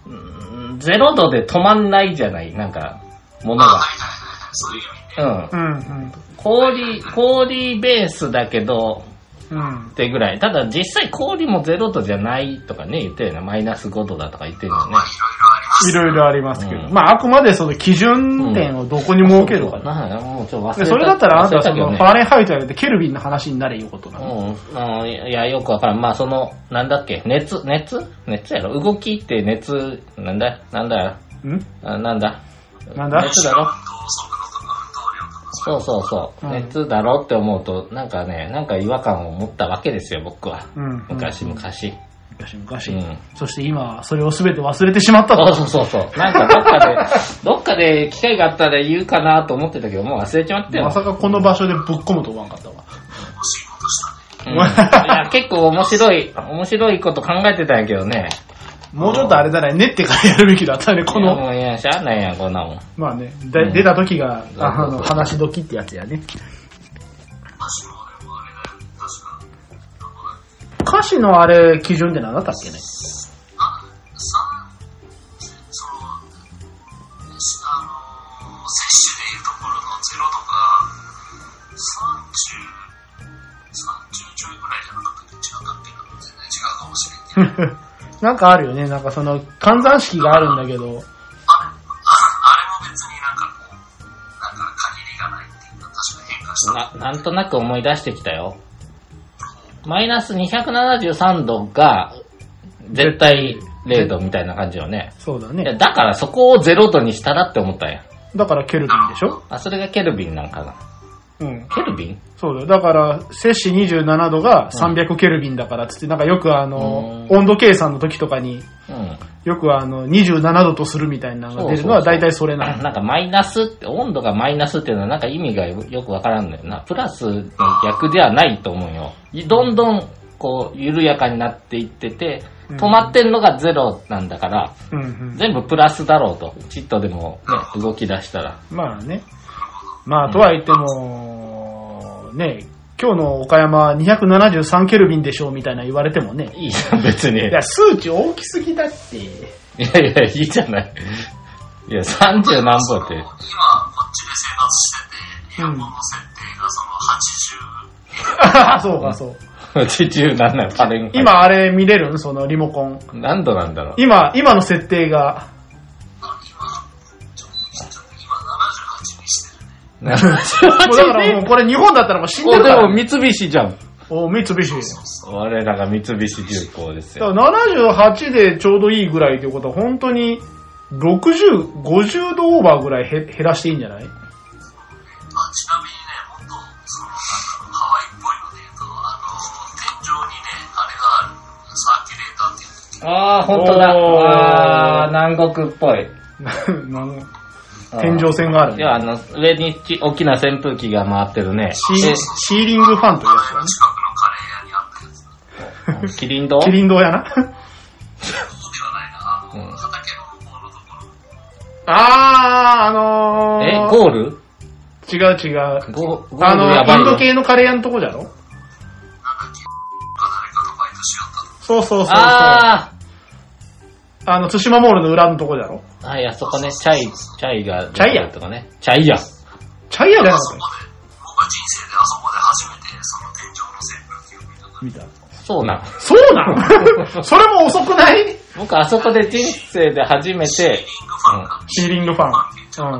[SPEAKER 2] うんゼロ度で止まんないじゃない、なんか、もの
[SPEAKER 3] あ、
[SPEAKER 2] が。
[SPEAKER 3] はいはいはいはい、そういう意味
[SPEAKER 2] う
[SPEAKER 3] ね。
[SPEAKER 2] ん
[SPEAKER 1] う。ん
[SPEAKER 2] 氷、氷ベースだけど、
[SPEAKER 1] うん。うん
[SPEAKER 2] っ。てぐらい。ただ実際氷もゼロ度じゃないとかね、言ってるよね。マイナス5度だとか言ってるよね
[SPEAKER 3] まあ、。いろいろあります。
[SPEAKER 1] いろいろありますけど。
[SPEAKER 2] うん
[SPEAKER 1] まあ、あくまでその基準点をどこに設けるかな。
[SPEAKER 2] なもうちょっと忘れた。
[SPEAKER 1] でそれだったらあなたは
[SPEAKER 2] 忘れ
[SPEAKER 1] そ
[SPEAKER 2] けど
[SPEAKER 1] の
[SPEAKER 2] ね
[SPEAKER 1] ファーレンハイトじゃなくてケルビンの話になれいうことなの。
[SPEAKER 2] うん、うん、いや、よくわからん。まあ、その、なんだっけ、熱、熱熱やろ動きって熱、なんだなんだ
[SPEAKER 1] ん
[SPEAKER 2] あなんだ
[SPEAKER 1] なんだ
[SPEAKER 2] 熱だろ
[SPEAKER 3] 運動速度とか運動量とか、
[SPEAKER 2] そうそうそう、
[SPEAKER 1] うん
[SPEAKER 2] 熱だろって思うと、なんかね、なんか違和感を持ったわけですよ、僕は。
[SPEAKER 1] うん
[SPEAKER 2] 昔昔。
[SPEAKER 1] 昔昔、
[SPEAKER 2] うん
[SPEAKER 1] そして今はそれを全て忘れてしまった
[SPEAKER 2] そう
[SPEAKER 1] と。
[SPEAKER 2] そうそうそう。なんかどっかで、どっかで機会があったら言うかなと思ってたけど、もう忘れちまったよ。
[SPEAKER 1] まさかこの場所でぶっ込むと思わんかったわ。
[SPEAKER 3] 欲しいことしたね。
[SPEAKER 2] うんいや結構面白い、面白いこと考えてたんやけどね。
[SPEAKER 1] もうちょっとあれだね、練ってからやるべきだったね、こ
[SPEAKER 2] いや
[SPEAKER 1] の。
[SPEAKER 2] もういや、しゃあないやん、こんなもん。
[SPEAKER 1] まあね、だ
[SPEAKER 2] うん
[SPEAKER 1] 出た時が、
[SPEAKER 2] そう
[SPEAKER 1] あ
[SPEAKER 2] そう
[SPEAKER 1] の、
[SPEAKER 2] そう
[SPEAKER 1] 話時ってやつやね。
[SPEAKER 3] 私もでもあれだよ、確か。どこだっけ
[SPEAKER 1] 歌詞のあれ、基準って何だったっけね。
[SPEAKER 3] あ、三、その、しあの、摂取でいうところのゼロとか、30、30ちょいぐらいじゃなかったっけ違うかっけな全然違うかもしれんけど。
[SPEAKER 1] なんかあるよね、なんかその、換算式があるんだけど、
[SPEAKER 3] あれも別になんかこう、なんか限りがないっていうか、確か変化した。
[SPEAKER 2] な、なんとなく思い出してきたよ。マイナス273度が、絶対0度みたいな感じよね。
[SPEAKER 1] そうだ
[SPEAKER 2] いや、
[SPEAKER 1] ね。
[SPEAKER 2] だからそこを0度にしたらって思ったんや。
[SPEAKER 1] だからケルビンでしょ
[SPEAKER 2] あ、それがケルビンなんかな。
[SPEAKER 1] うん。
[SPEAKER 2] ケルビン
[SPEAKER 1] そうだよ。だから、摂氏27度が300ケルビンだからっつって、なんかよくあの、
[SPEAKER 2] うん
[SPEAKER 1] 温度計算の時とかに、
[SPEAKER 2] うん。
[SPEAKER 1] よくあの、27度とするみたいなのが出るの
[SPEAKER 2] そうそうそ
[SPEAKER 1] は
[SPEAKER 2] う
[SPEAKER 1] 大体それなの。
[SPEAKER 2] なんかマイナスって、温度がマイナスっていうのはなんか意味がよくわからんのよな。プラスの逆ではないと思うよ。どんどん、こう、緩やかになっていってて、
[SPEAKER 1] うん
[SPEAKER 2] 止まってんのがゼロなんだから、
[SPEAKER 1] うんうん。
[SPEAKER 2] 全部プラスだろうと。ちっとでも、ね、動き出したら。
[SPEAKER 1] まあね。まあ、とは言っても、ね、今日の岡山は273ケルビンでしょうみたいな言われてもね。
[SPEAKER 2] いいじゃん、別に。い
[SPEAKER 1] いや、数値大きすぎだって。
[SPEAKER 2] やいや、いいじゃない。いや、30何歩って。
[SPEAKER 3] 今、こっちで生活してて、エアコンの設定がその
[SPEAKER 1] あ
[SPEAKER 3] 80、
[SPEAKER 1] そうか、そう。
[SPEAKER 2] 87パレンファイト
[SPEAKER 1] 今、あれ見れるんそのリモコン。
[SPEAKER 2] 何度なんだろう。
[SPEAKER 1] 今、今の設定が。
[SPEAKER 3] 今78にしてるね。
[SPEAKER 1] もうだからもうこれ日本だったらもう死んでる
[SPEAKER 2] お、
[SPEAKER 1] か
[SPEAKER 2] でも
[SPEAKER 1] ら。
[SPEAKER 2] 三菱じゃん。
[SPEAKER 1] お、三菱。
[SPEAKER 2] 我らが三菱重工ですよ。
[SPEAKER 1] だから78でちょうどいいぐらいということは、本当に60、50度オーバーぐらいへ減らしていいんじゃない
[SPEAKER 3] あちなみにね、もっと、その、ハワイっぽいので言うと、あの、天井にね、あれがある、サーキュレーターっていう
[SPEAKER 2] ああ、本当だ。ああ、
[SPEAKER 1] おー
[SPEAKER 2] 南国っぽい。
[SPEAKER 1] なん天井線がある
[SPEAKER 2] 要はあの、上にち大きな扇風機が回ってるね。
[SPEAKER 1] シーシーリングファンというやつだね。
[SPEAKER 3] 近くのカレー屋にあったやつ。
[SPEAKER 2] えキリンド
[SPEAKER 1] キリンドやな。
[SPEAKER 3] そうではないな、あの、
[SPEAKER 2] うん
[SPEAKER 3] 畑の向こうのところ。
[SPEAKER 1] あー、あの
[SPEAKER 2] え、
[SPEAKER 1] ー、
[SPEAKER 2] ゴール
[SPEAKER 1] 違う違う。
[SPEAKER 2] ゴゴール
[SPEAKER 1] あ
[SPEAKER 2] やばい
[SPEAKER 1] の、インド
[SPEAKER 2] よ。
[SPEAKER 1] 系のカレー屋のとこじゃろ
[SPEAKER 3] なんだっけ、か誰かとバイトしよったの。
[SPEAKER 1] そうそうそうそう。あ
[SPEAKER 2] あ
[SPEAKER 1] の、津島モールの裏のとこじゃろ
[SPEAKER 2] あ、はい、あそこね、チャイ、チャイが、
[SPEAKER 1] チャイや
[SPEAKER 2] とかね。チャイや。
[SPEAKER 1] チャイヤがな
[SPEAKER 3] あ
[SPEAKER 1] か
[SPEAKER 3] そ
[SPEAKER 1] っ
[SPEAKER 3] こで、僕は人生であそこで初めて、その天井の扇風機を見たの
[SPEAKER 1] た。見た。
[SPEAKER 2] そうなん。
[SPEAKER 1] そうなん それも遅くない
[SPEAKER 2] 僕、あそこで人生で初めて、
[SPEAKER 1] シーリングファン。
[SPEAKER 2] うん。う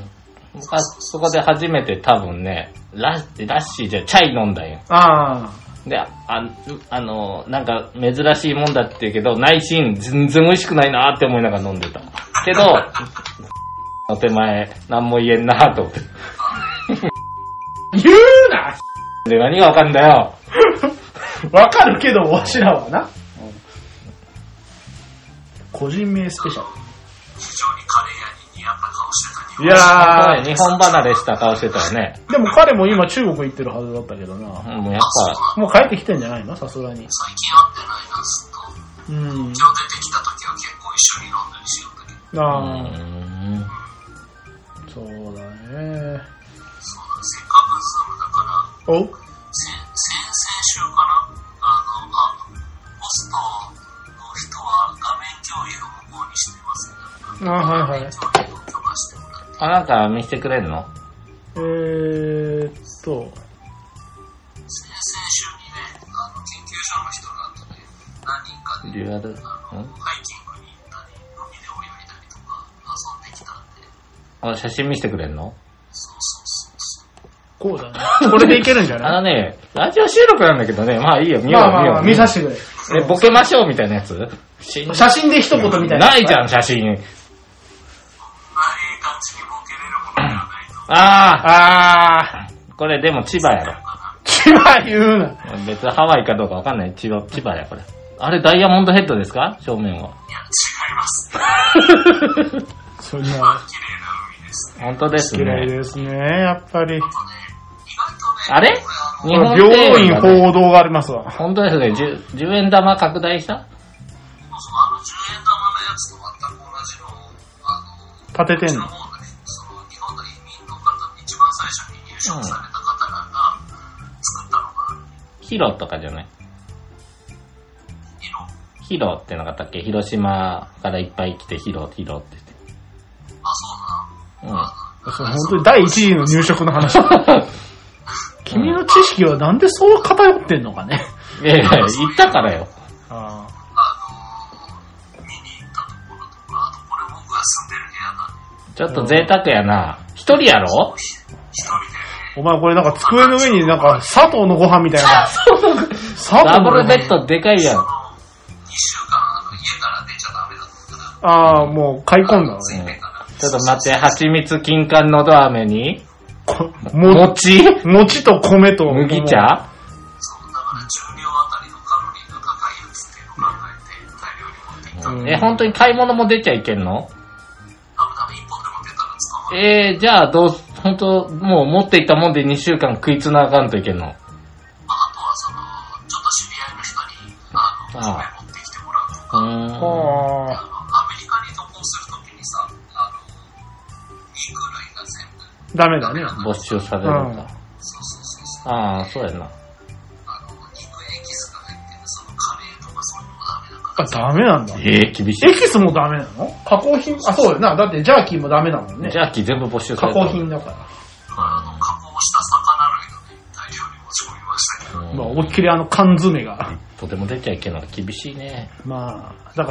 [SPEAKER 2] ん僕はそこで初めて多分ね、ラッラッシーじゃチャイ飲んだんよ。
[SPEAKER 1] ああ。
[SPEAKER 2] で、あ、あの、なんか珍しいもんだって言うけど、内心全然美味しくないなーって思いながら飲んでた。けど、 の手前、何も言えんなーと思って。
[SPEAKER 1] 言うな
[SPEAKER 2] で、何がわかんだよ。
[SPEAKER 1] わかるけど、わしらはな。個人名スペシャ
[SPEAKER 3] 非常にカレー屋に似合った顔してた日
[SPEAKER 1] ル。い
[SPEAKER 3] 本人。
[SPEAKER 1] や
[SPEAKER 2] 日本離れした顔してたよね。
[SPEAKER 1] ー、でも彼も今中国行ってるはずだったけど
[SPEAKER 2] う
[SPEAKER 1] な。
[SPEAKER 2] んもうやっ
[SPEAKER 1] もう帰ってきてんじゃないのさすがに。
[SPEAKER 3] 最近会ってないな、ずっと。
[SPEAKER 1] うん。
[SPEAKER 3] 今日出てきた時は結構一緒に飲んだりしよったけ
[SPEAKER 2] ぱ、
[SPEAKER 3] ど、
[SPEAKER 2] うん。
[SPEAKER 1] ああ、そうだね。
[SPEAKER 3] そうだ、せっかくその、だから、
[SPEAKER 1] おう
[SPEAKER 3] 先先々週かなあのあホストの人は画面共有を無効にしてますね
[SPEAKER 1] あはいはい。
[SPEAKER 3] 画面共有を許可してもらって
[SPEAKER 2] あ、なんか見せてくれんの
[SPEAKER 1] えーっと、
[SPEAKER 3] 先々週にねあの研究所の人らとね何人か
[SPEAKER 2] デ
[SPEAKER 3] で
[SPEAKER 2] ュアルん
[SPEAKER 3] ハイキングに行ったり飲みでおやりたりとか遊んできたんで
[SPEAKER 2] あ、写真見せてくれんの
[SPEAKER 3] そうそうそうそう
[SPEAKER 1] こうだね。これでいけるんじゃ
[SPEAKER 2] あ
[SPEAKER 1] ない
[SPEAKER 2] のね、ラジオ収録なんだけどね、まあいいよ、見よ
[SPEAKER 1] ま
[SPEAKER 2] う、
[SPEAKER 1] あまあまあ、
[SPEAKER 2] 見
[SPEAKER 1] 見
[SPEAKER 2] よ
[SPEAKER 1] さ
[SPEAKER 2] う。
[SPEAKER 1] せてくれ。
[SPEAKER 2] え、ボケましょうみたいなやつ
[SPEAKER 1] 写真で一言みたいな。
[SPEAKER 2] ないじゃん、写真。
[SPEAKER 3] まあええ感じにボケれるものではないと
[SPEAKER 2] あ
[SPEAKER 1] あー、
[SPEAKER 2] あ、これでも千葉やろ。
[SPEAKER 1] 千葉言うな。
[SPEAKER 2] 別にハワイかどうかわかんない。千葉、千葉や、これ。あれ、ダイヤモンドヘッドですか正面は。
[SPEAKER 3] いや違います
[SPEAKER 1] そんな、
[SPEAKER 3] 綺麗な海です
[SPEAKER 2] 本当です
[SPEAKER 1] 嫌い
[SPEAKER 2] ね。
[SPEAKER 1] ですね、やっぱり。
[SPEAKER 3] 意外とね
[SPEAKER 2] あれ
[SPEAKER 3] これあの
[SPEAKER 2] 日本庭
[SPEAKER 1] 病院
[SPEAKER 2] 園がね
[SPEAKER 1] 報道がありますわ。
[SPEAKER 2] 本当ですね。10, 10円玉拡大した
[SPEAKER 3] そうあの10円玉のやつと全く同じのをあの
[SPEAKER 1] 立ててんの。
[SPEAKER 3] 思うのね、その日本の移民の方、一番最初に入植された方々が作ったのが、
[SPEAKER 2] ヒロとかじゃない
[SPEAKER 3] 色、
[SPEAKER 2] ヒロってなかったっけ広島からいっぱい来てヒロ、ヒロって
[SPEAKER 3] あ、そう
[SPEAKER 2] 言って。
[SPEAKER 1] それ本当に第一次の入職の話。君の知識はなんでそう偏ってんのかね。
[SPEAKER 2] うん。いやいや、行ったからよ。
[SPEAKER 1] あ
[SPEAKER 3] だ、見に行ったところとか、あとこれ僕が住んでる部屋なんで、
[SPEAKER 2] ちょっと贅沢やな。一人やろ
[SPEAKER 3] 一人
[SPEAKER 1] ー
[SPEAKER 3] で
[SPEAKER 1] お前これなんか机の上になんか砂糖のご飯みたいな。砂
[SPEAKER 2] ダ
[SPEAKER 1] 糖
[SPEAKER 2] ブ
[SPEAKER 1] のご
[SPEAKER 2] ル
[SPEAKER 1] 飯
[SPEAKER 2] ベッドでかいやん。
[SPEAKER 3] 2週間
[SPEAKER 1] ああ、もう買い込んだの
[SPEAKER 3] つ
[SPEAKER 1] ね。
[SPEAKER 3] いてから。
[SPEAKER 2] ちょっと待って、蜂蜜金柑のど飴に、
[SPEAKER 1] こも
[SPEAKER 2] 餅
[SPEAKER 1] 餅と米と。
[SPEAKER 2] 麦茶
[SPEAKER 3] そう、だから10秒あたりのカロリーが高いやつっていうのを考えて、大量に持っていった。
[SPEAKER 1] うん
[SPEAKER 2] え、本当に買い物も出ちゃいけんの
[SPEAKER 3] ダメダメ、一本でも出たら捕まる。
[SPEAKER 2] えー、じゃあ、どう、本当もう持っていたもんで2週間食いつなあかんといけんの
[SPEAKER 3] まあ、あとはその、ちょっと知り合いの人に、あの、
[SPEAKER 2] ああ
[SPEAKER 3] 米持ってきてもらうと
[SPEAKER 2] う
[SPEAKER 3] か、あの、
[SPEAKER 2] ーん。
[SPEAKER 1] あ
[SPEAKER 3] アメリカに渡航するときにさ、あの、肉類が全部、
[SPEAKER 1] あ、ダメだね。
[SPEAKER 2] 没収されるんだ。
[SPEAKER 3] そうそうそうそう。
[SPEAKER 2] ああ、そうやな。
[SPEAKER 3] あの、肉エキスが入ってる、そのカレーとかそういうのもダメだか
[SPEAKER 1] あ、ダメなんだ。エ
[SPEAKER 2] ええ厳しい。
[SPEAKER 1] キスもダメなの加工品、あ、そうだよな。だってジャーキーもダメだもんね
[SPEAKER 2] ジ。ャーキー全部没収さ
[SPEAKER 1] 加
[SPEAKER 2] れた。
[SPEAKER 1] 工品だから。
[SPEAKER 3] ら、あの、加工した魚類がね、大量に持ち込みましたけど、
[SPEAKER 2] うん
[SPEAKER 1] まあ、思いっきりあの缶詰が。
[SPEAKER 2] とても出ちゃいけない。厳しいね。
[SPEAKER 1] まあ、だから、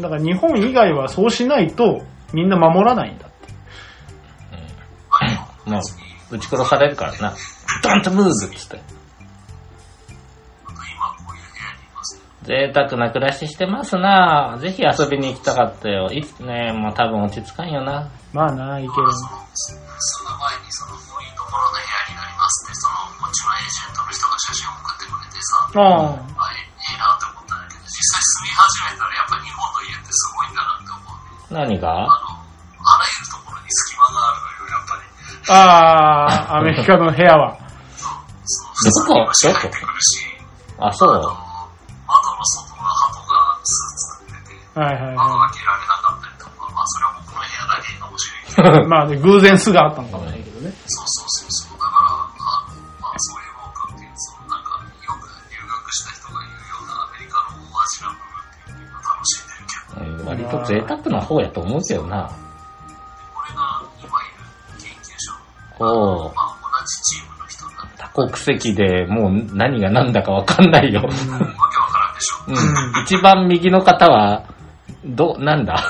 [SPEAKER 1] だから日本以外はそうしないとみんな守らないんだって。
[SPEAKER 2] まあ、撃ち殺されるからな。ドンとムーズっつって。
[SPEAKER 3] 今こういう部屋にいますけど、
[SPEAKER 2] 贅沢な暮らししてますなぜひ遊びに行きたかったよ。いつね、もう多分落ち着かんよな。
[SPEAKER 1] まあな、いける。
[SPEAKER 3] その前にその、こういうところの部屋になりますって、その、こっちのエージェントの人が写真を送ってくれてさ、
[SPEAKER 1] ああ。
[SPEAKER 3] あ、ええなって思ったんだけど、実際住み始めたらやっぱ日本の家ってすごいんだなって思う
[SPEAKER 2] 何
[SPEAKER 3] ね。
[SPEAKER 2] が
[SPEAKER 3] あの、あらゆるところに隙間があるのよ、やっぱり。
[SPEAKER 1] ああ、アメリカの部屋は。
[SPEAKER 3] そう、
[SPEAKER 2] どこ
[SPEAKER 3] 普通に虫入ってくるし、
[SPEAKER 2] あ、そう。
[SPEAKER 3] あの窓の外は鳩がスーツ着てて、
[SPEAKER 1] はいはい
[SPEAKER 3] 窓
[SPEAKER 1] は
[SPEAKER 3] 開けられなかったりとか、まあそれは僕の部屋だけかもしれんけど、
[SPEAKER 1] い。まあね、偶然巣があったのかもしれないけどね。
[SPEAKER 3] そうそうそうそう、だから、あの、まあそういう文化っていう、そのなんか、よく留学した人が言うようなアメリカの大味な部分っていうのを楽しんでるけ
[SPEAKER 2] うん割と贅沢
[SPEAKER 3] ど、
[SPEAKER 2] な方やと思うけどな。
[SPEAKER 3] これが今いる研究所
[SPEAKER 2] おう。
[SPEAKER 3] の、まあ同じチームの人なんで、
[SPEAKER 2] 多国籍でもう何が何だかわかんないよ。
[SPEAKER 3] わけわからんでしょ。
[SPEAKER 2] うん。一番右の方は、ど、なんだ
[SPEAKER 3] テ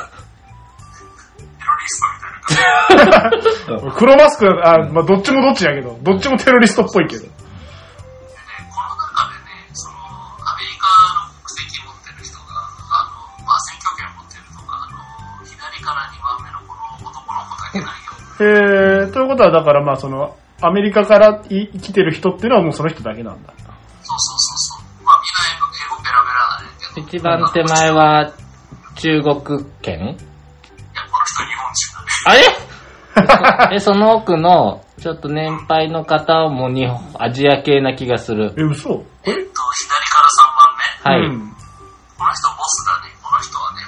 [SPEAKER 3] ロリストみたいな感じ。
[SPEAKER 1] 黒マスク、あまあどっちもどっちやけど、どっちもテロリストっぽいけど。
[SPEAKER 3] でね、この中でね、その、アメリカの国籍持ってる人が、あの、まあ、選挙権持ってるとか、あの、左から2番目のこの男の子だけないよ。
[SPEAKER 1] えー、ということはだからまあその、アメリカからい来てる人っていうのはもうその人だけなんだ。
[SPEAKER 3] そうそうそうそう。まあ、みんな英語ペラペラなんだけど、
[SPEAKER 2] 一番手前は、中国圏
[SPEAKER 3] いや、この人日本人だね。
[SPEAKER 2] あ れえ、その奥の、ちょっと年配の方も日本、アジア系な気がする。
[SPEAKER 1] え、嘘
[SPEAKER 3] えっと、左から3番目。
[SPEAKER 2] はい。
[SPEAKER 1] うん
[SPEAKER 3] この人ボスだね。この人はね、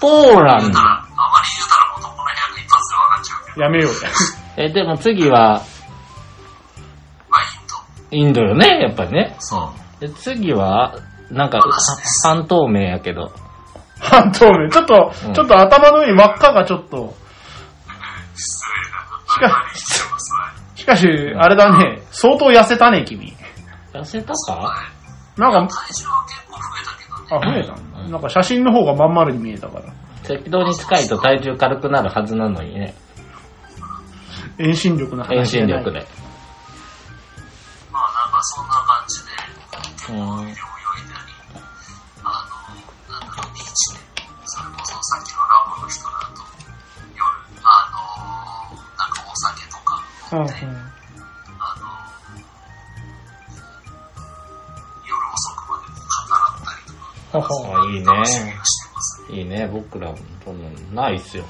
[SPEAKER 3] ポーラン
[SPEAKER 2] ポーラン
[SPEAKER 3] ド
[SPEAKER 2] ド
[SPEAKER 3] だ。から、あまり言うたら男の部屋が一発でわかっちゃうけど、
[SPEAKER 1] やめ よう
[SPEAKER 2] え、でも次は、
[SPEAKER 3] まあ、インド。
[SPEAKER 2] インドよね、やっぱりね。
[SPEAKER 3] そう。
[SPEAKER 2] で、次は、なんか、は半透明やけど。
[SPEAKER 1] 半透明。ちょっと、
[SPEAKER 2] うん
[SPEAKER 1] ちょっと頭の上に輪っかがちょっと。
[SPEAKER 3] 失礼だな。あんまり言っちゃいますね。
[SPEAKER 1] しかし、あれだね、相当痩せたね、君。
[SPEAKER 2] 痩せたか
[SPEAKER 1] なんか、
[SPEAKER 3] 体重は結構増えたけどね。
[SPEAKER 1] あ、増えたんだ。なんか写真の方がまん丸に見えたから。
[SPEAKER 2] 赤道に近いと体重軽くなるはずなのにね。
[SPEAKER 1] 遠心力の
[SPEAKER 2] 遠
[SPEAKER 1] 話じゃ
[SPEAKER 2] 心
[SPEAKER 1] ない。
[SPEAKER 2] 力で。
[SPEAKER 3] まあなんかそんな感じで、結
[SPEAKER 2] う
[SPEAKER 3] 構
[SPEAKER 2] ん
[SPEAKER 3] 泳いだり、あの、なんだろう、ビーチで、それこそさっきのラボの人だと、夜、あの、なんかお酒とか、
[SPEAKER 1] うんうん。
[SPEAKER 3] あの、夜遅くまで語らったりとか、
[SPEAKER 1] ほほ
[SPEAKER 2] あいい
[SPEAKER 3] 楽しみ
[SPEAKER 2] ね
[SPEAKER 3] が。してますね。
[SPEAKER 2] いいね、僕ら、そんなのないっすよ。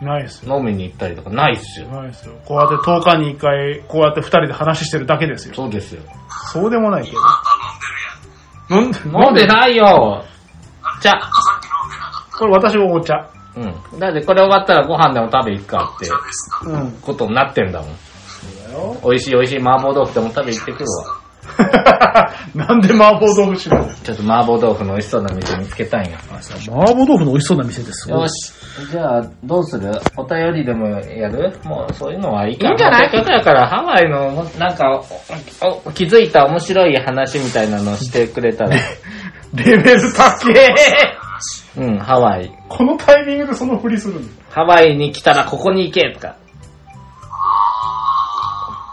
[SPEAKER 1] ないっすよ。
[SPEAKER 2] 飲みに行ったりとかないっすよ。
[SPEAKER 1] ないっすよ。こうやって10日に1回、こうやって2人で話してるだけですよ。
[SPEAKER 2] そうですよ。
[SPEAKER 1] そうでもないけ
[SPEAKER 3] あんた飲んでるやん。
[SPEAKER 1] ど。飲んで、
[SPEAKER 2] 飲んでないよじゃ
[SPEAKER 3] なん
[SPEAKER 2] あ、
[SPEAKER 3] かさっき飲んでなかった。
[SPEAKER 1] これ私お茶。
[SPEAKER 2] うん。だってこれ終わったらご飯でも食べ行くかって
[SPEAKER 3] お茶ですか。
[SPEAKER 1] うん。
[SPEAKER 2] ことになってんだもん。
[SPEAKER 1] だよ。
[SPEAKER 2] 美味しい美味しい麻婆豆腐でも食べ行ってくるわ。
[SPEAKER 1] なんで麻婆豆腐しない
[SPEAKER 2] ちょっと麻婆豆腐の美味しそうな店見つけたいんや。
[SPEAKER 1] 麻婆豆腐の美味しそうな店です
[SPEAKER 2] よし。じゃあ、どうするお便りでもやるもう、そういうのはいいか
[SPEAKER 1] いいんじゃない
[SPEAKER 2] せっかくやから、ハワイの、なんかおお気づいた面白い話みたいなのしてくれたら。
[SPEAKER 1] レベル高え
[SPEAKER 2] うん、ハワイ。
[SPEAKER 1] このタイミングでそのふりするの
[SPEAKER 2] ハワイに来たらここに行けとか。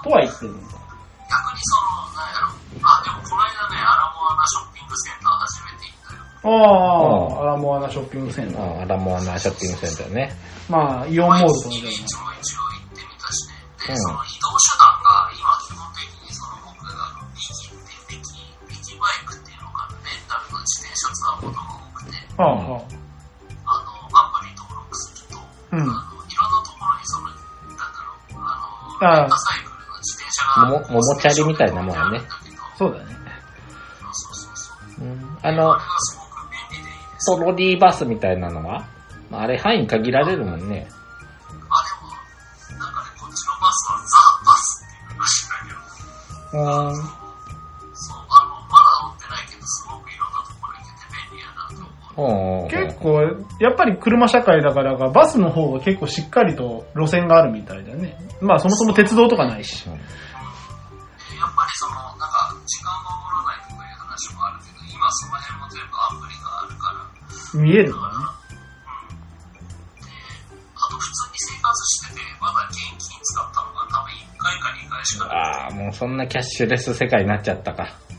[SPEAKER 2] とは言ってるんだ。
[SPEAKER 3] 逆にその、なんやろ。あ、でもこの間ね、アラモアナショッピングセンター初めて行った
[SPEAKER 1] あ
[SPEAKER 3] よ。
[SPEAKER 1] あ、アラモアナショッピングセンター。
[SPEAKER 2] ああラモアナショッピングセンターね。
[SPEAKER 1] まあ、イオンモールと同じよう
[SPEAKER 3] 一応一応行ってみたしね。
[SPEAKER 2] う
[SPEAKER 3] で、
[SPEAKER 2] ん
[SPEAKER 3] その移動手段が今基本的にその僕があの駅って駅、駅バイクっていうのがレンタルの自転車ツアーものが多くて、
[SPEAKER 1] な。は
[SPEAKER 3] あの、アプリ登録すると、
[SPEAKER 1] あ、はあ。うん。
[SPEAKER 3] あのいろんなところにその、なんだ
[SPEAKER 1] ああ
[SPEAKER 3] ろう、あの、レンタサイクルの自転車が、
[SPEAKER 2] も、ももちゃりみたいなもんやね。
[SPEAKER 1] そうだね。
[SPEAKER 3] そうそうそう。
[SPEAKER 2] うんあの
[SPEAKER 3] これ、がすごく便利でいいです。
[SPEAKER 2] トロリーバスみたいなのはまああれ範囲限られるもんね。
[SPEAKER 3] あ、でも、なんかね、こっちのバスはザ・バスっていうらしいんだけど、
[SPEAKER 2] うん。
[SPEAKER 3] そう、あの、まだ乗ってないけど、すごくいろんなところに行けて便利やなと思う。
[SPEAKER 2] おうおうおう
[SPEAKER 1] 結構、やっぱり車社会だからか、バスの方が結構しっかりと路線があるみたいだよね。まあ、そもそも鉄道とかないし。
[SPEAKER 3] でやっぱりその、なんか、時間を守らないとかいう話もあるけど、今その辺も全部アプリがあるから、
[SPEAKER 1] 見える
[SPEAKER 3] だ
[SPEAKER 1] か
[SPEAKER 3] から、
[SPEAKER 1] らね。
[SPEAKER 3] うん。で、あと普通に生活してて、まだ現金使ったのが多分1回か2回しかな
[SPEAKER 2] ああ、
[SPEAKER 3] い。
[SPEAKER 2] もうそんなキャッシュレス世界になっちゃったか。
[SPEAKER 3] うん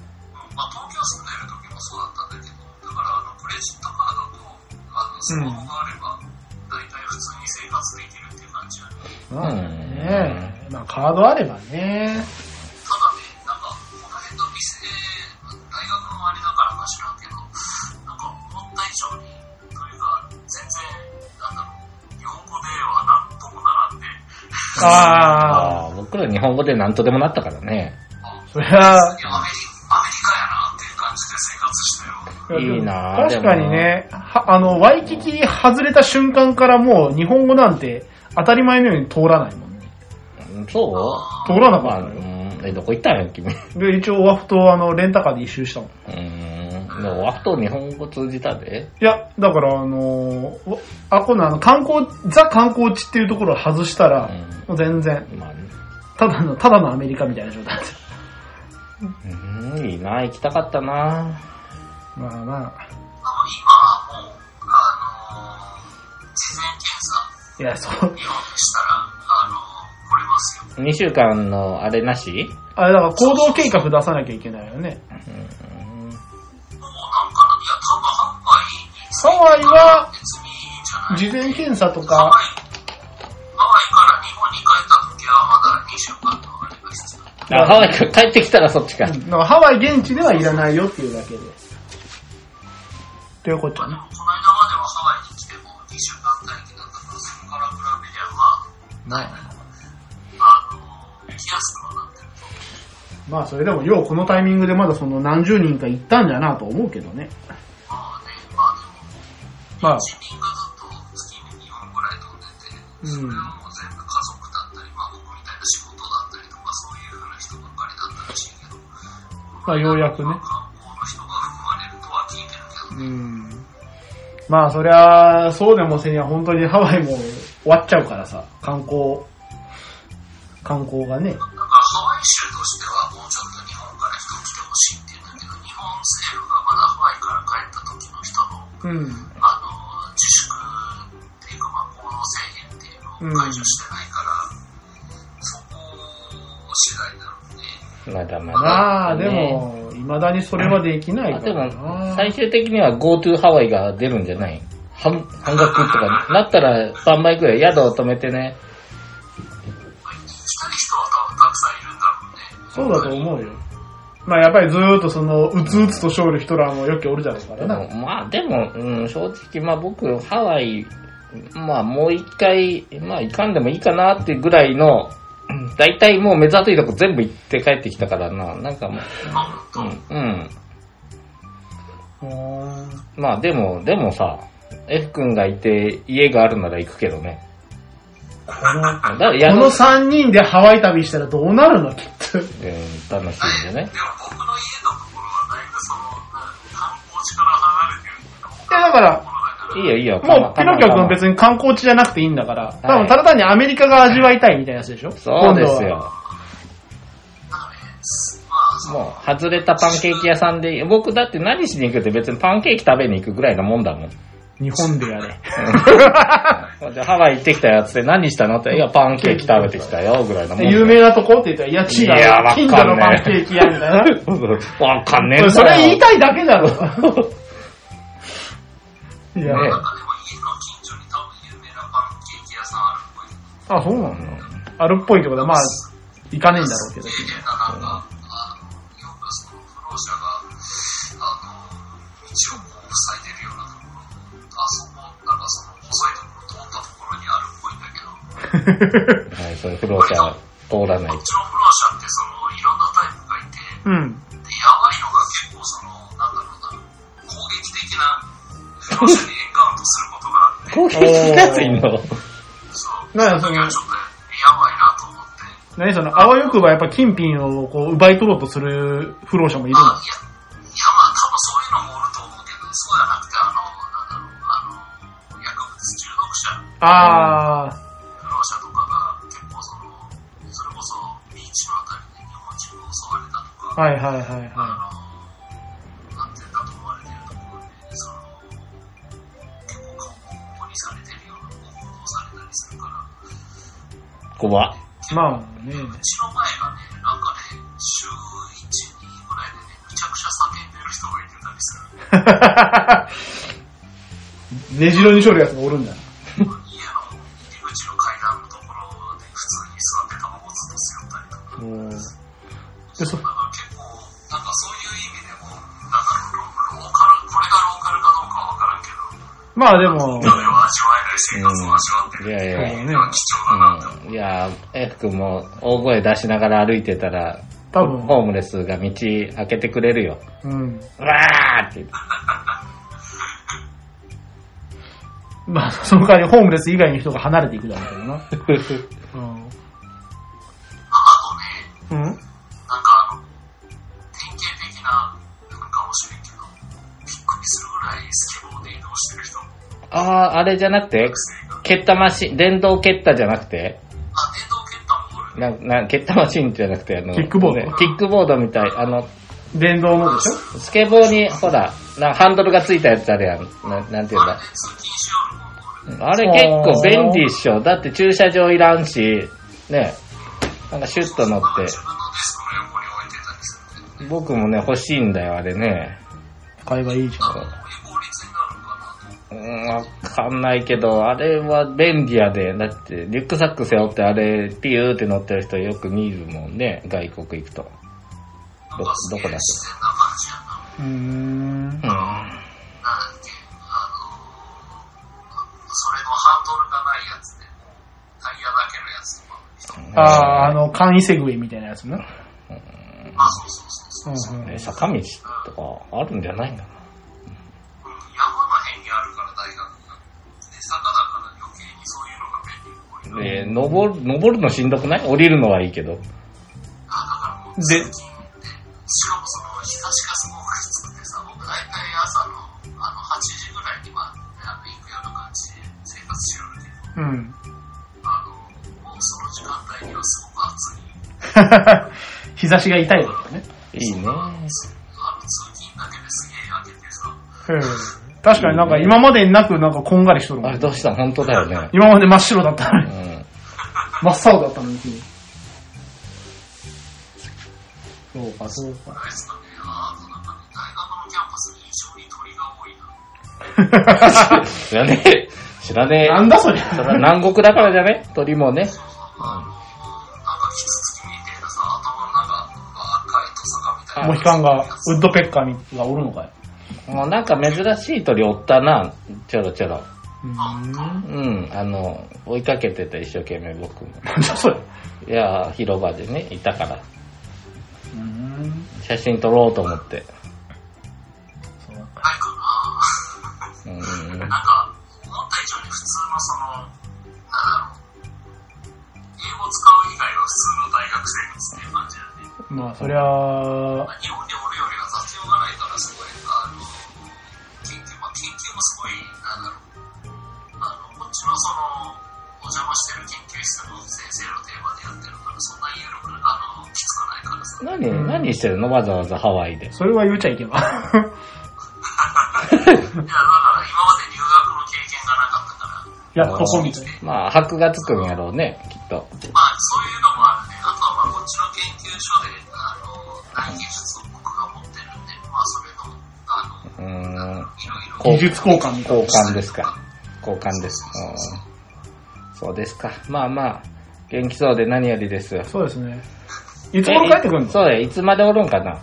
[SPEAKER 3] まあ、東京住んでる時もそうだったんだけど、だからあのクレジットカードとあのスマホがあれば、大体普通に生活できるっていう感じやね。
[SPEAKER 1] まあねまあ、カードあればね。
[SPEAKER 3] ただね、なんか、この辺の店、大学のあれだからか知らんけど、なんか、思った以上に、というか、全然、なんだろう、日本語ではなんともならんで、
[SPEAKER 1] あ
[SPEAKER 2] あ
[SPEAKER 1] あ、
[SPEAKER 2] あ、僕ら日本語で何とでもなったからね。
[SPEAKER 3] あ
[SPEAKER 1] そりゃ、
[SPEAKER 3] いやアメリアメリカやなっていう感じで生活したよ。
[SPEAKER 2] いいなぁ
[SPEAKER 1] 確かにね、はあの、ワイキキ外れた瞬間からもう日本語なんて当たり前のように通らないもんね。
[SPEAKER 2] うんそう
[SPEAKER 1] 通らな
[SPEAKER 2] まあ、
[SPEAKER 1] か
[SPEAKER 2] う
[SPEAKER 1] ったの
[SPEAKER 2] ん、
[SPEAKER 1] よ。
[SPEAKER 2] え、どこ行ったんや、君。う
[SPEAKER 1] で、一応オアフとあの、レンタカーで一周したもん。
[SPEAKER 2] ーん、でも、ワフと日本語通じたで。
[SPEAKER 1] いや、だからあのー、おあ、今度あの、観光、ザ観光地っていうところを外したら、もう全然、
[SPEAKER 2] まあ、ね、
[SPEAKER 1] ただの、ただのアメリカみたいな状態だった。
[SPEAKER 2] うん、いいな、行きたかったな。
[SPEAKER 1] まあまあ、
[SPEAKER 3] でも今はもう、あのー、事前検
[SPEAKER 1] い
[SPEAKER 3] 査、
[SPEAKER 1] や、そう、
[SPEAKER 3] 日本にしたら、あのー、来れますよ。
[SPEAKER 2] 2週間のあれなし
[SPEAKER 1] あれだから行動計画出さなきゃいけないよね。
[SPEAKER 3] もうなんかな、いや、多分ハワイに、
[SPEAKER 1] ハワイは、
[SPEAKER 3] 別にいいんじゃない
[SPEAKER 1] 事前検査と
[SPEAKER 3] ハ
[SPEAKER 1] か
[SPEAKER 3] ワ、イ、ハワイから日本に帰った時はまだ2週間のあれが必要。
[SPEAKER 2] あ、ハワイから帰ってきたらそっちか。
[SPEAKER 1] うんだからハワイ現地ではいらないよっていうだけで。ということ
[SPEAKER 3] で
[SPEAKER 1] ね。
[SPEAKER 3] もこの間まではハワイに来ても2週間待機だったから、そこから比べりゃまあ、あのー、行きやすくはなってると思う。
[SPEAKER 1] まあそれでも、ようこのタイミングでまだその何十人か行ったんじゃなと思うけどね。
[SPEAKER 3] まあね、まあでも、
[SPEAKER 1] まあ、
[SPEAKER 3] 市民がずっと月に2本ぐらい飛んでて、それはもう全部家族だったり、まあ僕みたいな仕事だったりとか、そういうふうな人ばっかりだったらしいけど、
[SPEAKER 1] まあようやくね。
[SPEAKER 3] 観光の人が生まれるとは聞いてるけ
[SPEAKER 1] うん。
[SPEAKER 3] ど、
[SPEAKER 1] まあそりゃあ、そうでもせにゃ本当にハワイも終わっちゃうからさ、観光、観光がね。
[SPEAKER 3] だからハワイ州としてはもうちょっと日本から人来てほしいって言うんだけど、日本政府がまだハワイから帰った時の人の、
[SPEAKER 1] うん。
[SPEAKER 3] あの、自粛っていうか、まあ行動制限っていうのを解除してないから、そこ次第だろうね。
[SPEAKER 2] まだまだ。
[SPEAKER 1] まあでも、未だにそれはできない
[SPEAKER 2] あ
[SPEAKER 1] か
[SPEAKER 2] で
[SPEAKER 1] ら
[SPEAKER 2] も、
[SPEAKER 1] な。
[SPEAKER 2] 最終的には GoTo ハワイが出るんじゃない半半額とか、なったら3倍くらい宿を止めてね。
[SPEAKER 3] 行きたい人は多分たくさんいるんだろう
[SPEAKER 1] そうだと思
[SPEAKER 3] ね。
[SPEAKER 1] うよ。まあやっぱりずーっとその、うつうつと勝利人らもよっきおるじゃろうか
[SPEAKER 2] で
[SPEAKER 1] ら
[SPEAKER 2] も
[SPEAKER 1] な。
[SPEAKER 2] まあでも、うん、正直、まあ僕、ハワイ、まあもう一回、まあ行かんでもいいかなってぐらいの、うん大体もう目ざといとこ全部行って帰ってきたからな、なんかもう、うん、うん。
[SPEAKER 1] うん
[SPEAKER 2] まあでも、でもさ、F 君がいて家があるなら行くけどね。
[SPEAKER 1] この、
[SPEAKER 2] だから
[SPEAKER 1] こ
[SPEAKER 2] 宿、う
[SPEAKER 1] の3人でハワイ旅したらどうなるのきっと。
[SPEAKER 2] ん、楽しいんでね。
[SPEAKER 3] でも僕の家のところはだいぶその、観光地から離れてるとこ
[SPEAKER 1] いやだから、
[SPEAKER 3] ろだから、
[SPEAKER 2] いいよいいよ。か
[SPEAKER 1] も
[SPEAKER 2] ま
[SPEAKER 1] う、ピノキョ君別に観光地じゃなくていいんだから、多分ただ単にアメリカが味わいたいみたいなやつでしょ
[SPEAKER 2] そうです。よ。
[SPEAKER 3] だからね、まあその、
[SPEAKER 2] もう、外れたパンケーキ屋さんで、僕だって何しに行くって別にパンケーキ食べに行くぐらいのもんだもん。
[SPEAKER 1] 今度は日本でやれ。
[SPEAKER 2] じゃあハワイ行ってきたやつって何したのって、いや、パンケーキ食べてきたよ、ぐらいのもん。
[SPEAKER 1] 有名なとこって言ったら、いや、違
[SPEAKER 2] いや
[SPEAKER 1] う。
[SPEAKER 2] わかんねえ
[SPEAKER 1] 近所の パンケーキ屋みたいな。
[SPEAKER 2] わかんねえんだよ
[SPEAKER 1] それ言いたいだけだろ。いや、
[SPEAKER 2] ね
[SPEAKER 3] なんかでも家の近所に多分有名なパンケーキ屋さんあるっぽい。
[SPEAKER 1] あ、そうなんだ。あるっぽいってことは、まあ、行かねえんだろうけど。
[SPEAKER 3] で、なんか、あの、よくその、不老者が、あの、道をこう塞いでるようなところ、あそこ、なんかその、細いところ、通ったところにあるっぽいんだけど、
[SPEAKER 2] はい、そういう不老者は通らない
[SPEAKER 3] こっ。ちの不老者ってその、いろんなタイプがい
[SPEAKER 1] うん。
[SPEAKER 3] て、で、やばいのが結構その、なんだろうな、攻撃的な不老者にエンカウントすることがあって、
[SPEAKER 2] 攻撃しやついんの
[SPEAKER 3] そう、
[SPEAKER 1] な
[SPEAKER 3] そ
[SPEAKER 1] ん
[SPEAKER 3] の
[SPEAKER 1] かその
[SPEAKER 3] 時はちょっと、やばいなと思って、
[SPEAKER 1] 何その、あわよくばやっぱ金品をこう奪い取ろうとする不老者もいる
[SPEAKER 3] あ、いや、いやまあ、多分そういうのもおると思うけど、そうじゃなくて、あの、なんだろう、あの、薬物中毒者、
[SPEAKER 1] の。ああ
[SPEAKER 3] 不老者とかが結構その、それこそビーチのあたりで日本人が襲われたと
[SPEAKER 1] ー、
[SPEAKER 3] か、
[SPEAKER 1] はいはいはいは
[SPEAKER 3] あの、安全だと思われてるところで、その、結構顔をにされてるような行動をされたりするから、
[SPEAKER 2] 怖っ
[SPEAKER 1] い。まあね。
[SPEAKER 3] うちの前がね、なんかね、週1、2ぐらいでね、むちゃくちゃ叫んでる人がいてたりする ね。
[SPEAKER 1] ねじろにしょるやつもおるんだ。
[SPEAKER 3] 家の入り口の階段のところで普通に座ってたままずっと背負ったりとか、
[SPEAKER 1] うんでそ
[SPEAKER 3] だから結構、なんかそういう意味でも、なんかロローカル、これがローカルかどうかは分からんけど、
[SPEAKER 1] まあでも、
[SPEAKER 3] それを味わえない生活を味わって
[SPEAKER 2] い
[SPEAKER 3] る
[SPEAKER 2] やい
[SPEAKER 1] そう
[SPEAKER 2] や、
[SPEAKER 1] ね、
[SPEAKER 3] 貴重だなって思う。
[SPEAKER 2] うん、いや、エフ君も大声出しながら歩いてたら、
[SPEAKER 1] 多分、
[SPEAKER 2] ホームレスが道開けてくれるよ。
[SPEAKER 1] うん。
[SPEAKER 2] うわーって言って。
[SPEAKER 1] まあ、その代わりホームレス以外の人が離れていくだろうけどな。
[SPEAKER 3] あとね、
[SPEAKER 1] うん。うん
[SPEAKER 3] なんかあの、典型的な、なんかもしれんけど、びっくりするぐらいスケボーで移動してる人、
[SPEAKER 2] ああ、あれじゃなくて
[SPEAKER 3] 学生が、
[SPEAKER 2] 蹴ったマシン、電動蹴ったじゃなくて、
[SPEAKER 3] あ、電動蹴ったもおる。
[SPEAKER 2] な、な、蹴ったマシンじゃなくて、あの、
[SPEAKER 1] キックボード
[SPEAKER 2] ねキックボードみたい、あの、
[SPEAKER 1] 電動のでしょ
[SPEAKER 2] スケボーに、ほら、なハンドルがついたやつあるやん。ななんていうん
[SPEAKER 3] あれ
[SPEAKER 2] だ
[SPEAKER 3] で。通勤しよるもんおる。
[SPEAKER 2] あれ結構便利っしょ。だって駐車場いらんし、ね、なんかシュッと乗っ
[SPEAKER 3] なんか
[SPEAKER 2] て
[SPEAKER 3] 自。分のデスクの横に置いてたりするんで、
[SPEAKER 2] 僕もね、欲しいんだよ、あれね。
[SPEAKER 1] 買えばいいじゃん。
[SPEAKER 3] こういう効率になるんかなと思って。
[SPEAKER 2] うん、わかんないけど、あれは便利やで。だって、リュックサック背負ってあれ、ピューって乗ってる人よく見るもんね、外国行くと。ど、どこだっ
[SPEAKER 3] 自然な感じやな。
[SPEAKER 1] うーん
[SPEAKER 2] け。う
[SPEAKER 3] なんだっけ、あのそれのハンドルがないやつで、もうタイヤだけのやつとか、
[SPEAKER 2] ん。
[SPEAKER 1] ああ、あの、簡易セグウェイみたいなやつな。
[SPEAKER 3] あ、そうそうそうそうそう、
[SPEAKER 1] うんうん
[SPEAKER 2] ね坂道とかあるんじゃないんだな。
[SPEAKER 3] うん山の辺にあるから大学が。で、坂だから余計にそういうのが便利っぽいな。
[SPEAKER 2] で、登る、登るのしんどくない降りるのはいいけど。
[SPEAKER 3] あだからもう
[SPEAKER 1] で
[SPEAKER 3] 通勤で、しかもその日差しがすごくきつくてさ、僕大体朝のあの8時ぐらいには、あの行くような感じで生活しよるけど、
[SPEAKER 1] うん。
[SPEAKER 3] あの、もうその時間帯にはすごく暑い。
[SPEAKER 1] 日差しが痛いわけね。
[SPEAKER 2] いいね。
[SPEAKER 3] あの通勤だけですげえ焼けてさ、
[SPEAKER 1] うん確かになんか今までになくなんかこんがりしとるも
[SPEAKER 2] あれ
[SPEAKER 1] ん。
[SPEAKER 2] どうした本当だよね。
[SPEAKER 1] 今まで真っ白だったの
[SPEAKER 2] う
[SPEAKER 1] に。
[SPEAKER 2] ん。
[SPEAKER 1] 真っ青だったのに。そうか、そうか。
[SPEAKER 3] あれですかね、あとなんかね、大学のキャンパスに異常に鳥が多いな。
[SPEAKER 2] 知らねえ。知らねえ。
[SPEAKER 1] なんだそり
[SPEAKER 2] それ
[SPEAKER 1] ゃ。
[SPEAKER 2] は南国だからじゃね鳥もね。
[SPEAKER 3] あの、なんかキツツキみたいなさ、頭の中が赤いトサカみたいな。
[SPEAKER 1] モヒカンが、ウッドペッカーがおるのかい。
[SPEAKER 2] もうなんか珍しい鳥おったな。ちょろちょろ。
[SPEAKER 1] う。
[SPEAKER 2] うんん、あの、追いかけてた一生懸命僕も。
[SPEAKER 1] なんだそれ。
[SPEAKER 2] いや、広場でね、いたから。
[SPEAKER 1] うん。
[SPEAKER 2] 写真撮ろうと思って。
[SPEAKER 1] そうか。
[SPEAKER 3] ないか
[SPEAKER 2] うんうんう
[SPEAKER 3] な。
[SPEAKER 2] ん
[SPEAKER 3] なんか、思った以上に普通のその、なんだろう。英語使う以外は普通の大学生っていう感じだね。
[SPEAKER 1] まあ、そりゃ、
[SPEAKER 3] まあ日本におるよりは雑用がないからすごい、あの、研究、まあ、研究もすごい、なんだろう、あの、こっちのその、お邪魔してる研究室の先生のテーマでやってるから、そんなに緩く、あの、きつくないからさ。
[SPEAKER 2] 何、何してるのわざわざハワイで。
[SPEAKER 1] それは言っちゃい けば。
[SPEAKER 3] いや、だから今まで留学の経験がなかったから、
[SPEAKER 1] やっとこみたいな。
[SPEAKER 2] まあ、箔がつくんやろうね、きっと。
[SPEAKER 3] まあ、そういうのもあるね。あとは、まあ、こっちの研究所で、あの、内技術を僕が持ってるんで、まあ、それの、あ
[SPEAKER 2] うー
[SPEAKER 3] の、
[SPEAKER 2] ん。
[SPEAKER 3] いろいろ。
[SPEAKER 2] 講
[SPEAKER 1] 技術交換みたい
[SPEAKER 2] 交換ですか。交換です。うんそうですか。まあまあ、元気そうで何よりですよ
[SPEAKER 1] な。。そうですね。いつ頃帰ってくる
[SPEAKER 2] え
[SPEAKER 1] の
[SPEAKER 2] そうだよいつまでおるんかな。
[SPEAKER 3] 3月の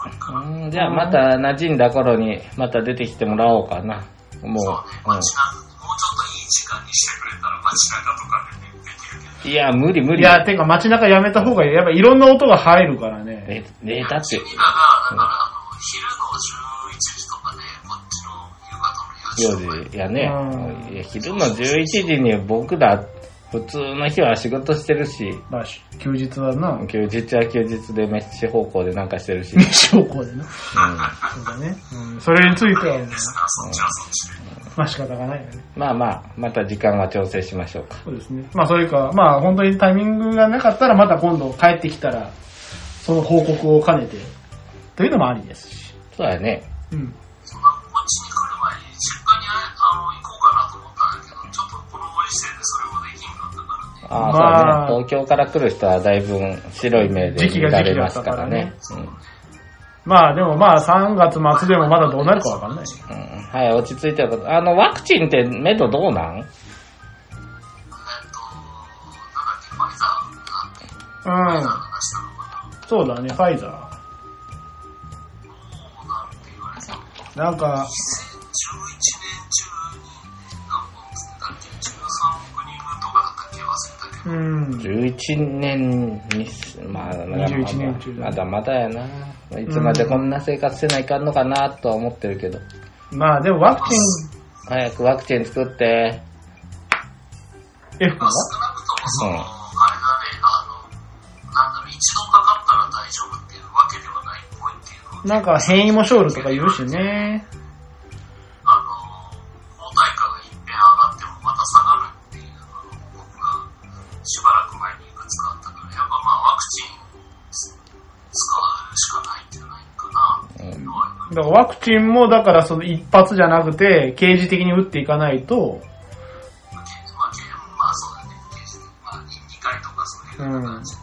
[SPEAKER 3] 末までかな。
[SPEAKER 2] うんじゃあまた馴染んだ頃に、また出てきてもらおうかな。も
[SPEAKER 3] そうね、
[SPEAKER 2] う、
[SPEAKER 3] 街中、もうちょっといい時間にしてくれたら街中とかでね、できるけど。
[SPEAKER 2] うんいや、無理無
[SPEAKER 1] い
[SPEAKER 2] 理。
[SPEAKER 1] や、てか街中やめた方がいい。やっぱいろんな音が入るからね。
[SPEAKER 2] え、え、だって、
[SPEAKER 3] 今が、だから、あの、昼の11時とかで、こっちの夕方の4時とか
[SPEAKER 2] 4時やね
[SPEAKER 1] う。ん
[SPEAKER 2] いや昼の11時に僕ら、普通の日は仕事してるし、
[SPEAKER 1] まあ、し休日だな。
[SPEAKER 2] 休日は休日で飯方向でなんかしてるし。
[SPEAKER 1] 飯をこうで
[SPEAKER 2] う
[SPEAKER 1] な。
[SPEAKER 2] ん
[SPEAKER 1] そうだね。うん。それについては、
[SPEAKER 3] だからそっちはそっちで。
[SPEAKER 1] まあ仕方がないよね。
[SPEAKER 2] まあまあ、また時間は調整しましょうか。
[SPEAKER 1] そうですね。まあ、それか、まあ、本当にタイミングがなかったら、また今度帰ってきたら、その報告を兼ねて、というのもありですし。
[SPEAKER 2] そうだね。
[SPEAKER 1] うん。
[SPEAKER 3] そんな、こっちに来る前に、実家にあの行こうかなと思ったんだけど、ちょっとこのご時世でそれもできんかったからね。
[SPEAKER 2] ああ、
[SPEAKER 1] まあ
[SPEAKER 2] そうだね。東京から来る人はだいぶ白い目で見られますからね。
[SPEAKER 1] まあ、でもまあ、3月末でもまだどうなるかわかんない。
[SPEAKER 2] うんうんはい、落ち着いてること。あの、ワクチンって目とどうなん
[SPEAKER 3] えっと、なんだっけ、ファイザーが
[SPEAKER 1] うん。
[SPEAKER 3] 出したのかな。
[SPEAKER 1] そうだね、ファイザ
[SPEAKER 3] どうなんて言われてたの。
[SPEAKER 1] ー。なんか、
[SPEAKER 3] 2011年中に、何本つったっけ、13億人分とかだったっけ、忘れたけど。
[SPEAKER 1] うん。
[SPEAKER 2] ?11 年に、まあ、まだ
[SPEAKER 1] 21年中だ
[SPEAKER 2] まだまだやな。いつまでこんな生活せないかんのかなとは思ってるけど。
[SPEAKER 1] まあ、でもワクチン、
[SPEAKER 2] 早くワクチン作って。
[SPEAKER 1] え、
[SPEAKER 3] まあ、少なくともその、あれだね、あの、なんだろう、一度かかったら大丈夫っていうわけではないっぽいっていうのを、
[SPEAKER 1] なんか変異も生るとか言うしね。
[SPEAKER 3] あの、抗体価が一遍上がってもまた下がるっていうのを僕がしばらく前にいくつかあったから、やっぱまあワクチン使うしかないんじゃないかなっていうのは、
[SPEAKER 1] だからワクチンも、だからその一発じゃなくて、刑事的に打っていかないと、
[SPEAKER 3] まあ、けまあそうだね、けまあ、2回とかそういうような感じで、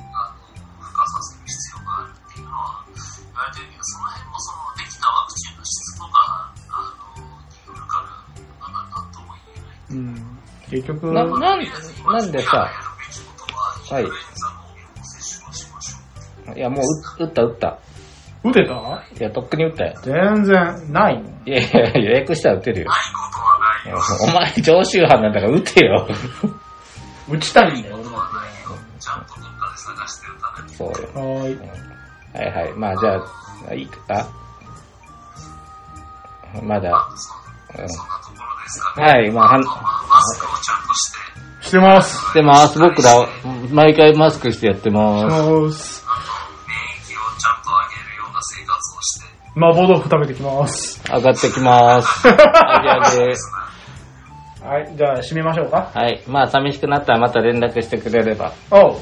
[SPEAKER 3] あの、付加させる必要があるっていうのは言われてるけど、その辺もその、できたワクチンの質とか、あの、によるから、まだなんとも言え
[SPEAKER 1] う
[SPEAKER 3] ない。
[SPEAKER 1] ん。結局、
[SPEAKER 2] な、なん、なんでさ、
[SPEAKER 3] やるべきことは、インフルエンザの予防接種をしましょう。
[SPEAKER 2] いや、もう打打った打った。
[SPEAKER 1] 打てた
[SPEAKER 2] いや、とっくに打ったよ。
[SPEAKER 1] 全然、ないもん。
[SPEAKER 2] いやいや、予約したら打てるよ。
[SPEAKER 3] ないことはないよ。
[SPEAKER 2] お前常習犯なんだから打てよ。
[SPEAKER 1] 打ちたいんだよ、俺
[SPEAKER 3] こと
[SPEAKER 1] は。
[SPEAKER 3] はないよ。ちゃんとどっかで探してるために。
[SPEAKER 2] そうよ。
[SPEAKER 1] はーい。
[SPEAKER 2] はいはい。まあじゃああ、いいか。あまだ、
[SPEAKER 3] まあ、そそ
[SPEAKER 2] うん
[SPEAKER 3] なところですか
[SPEAKER 2] ん。
[SPEAKER 3] ね。
[SPEAKER 2] はい、まあ、はん、
[SPEAKER 3] まあ、マスクをちゃんとして、
[SPEAKER 1] してます。し
[SPEAKER 2] でも、アースボックだ。毎回マスクしてやって
[SPEAKER 1] て
[SPEAKER 2] ま
[SPEAKER 1] ます。
[SPEAKER 3] あと、免疫をちゃんと上げるような生活をして、
[SPEAKER 1] 麻婆豆腐食べてきます。
[SPEAKER 2] す。上がってきます。あげあげ。
[SPEAKER 1] はい、じゃあ、締めましょうか。
[SPEAKER 2] はい。まあ、寂しくなったらまた連絡してくれれば、
[SPEAKER 1] おう。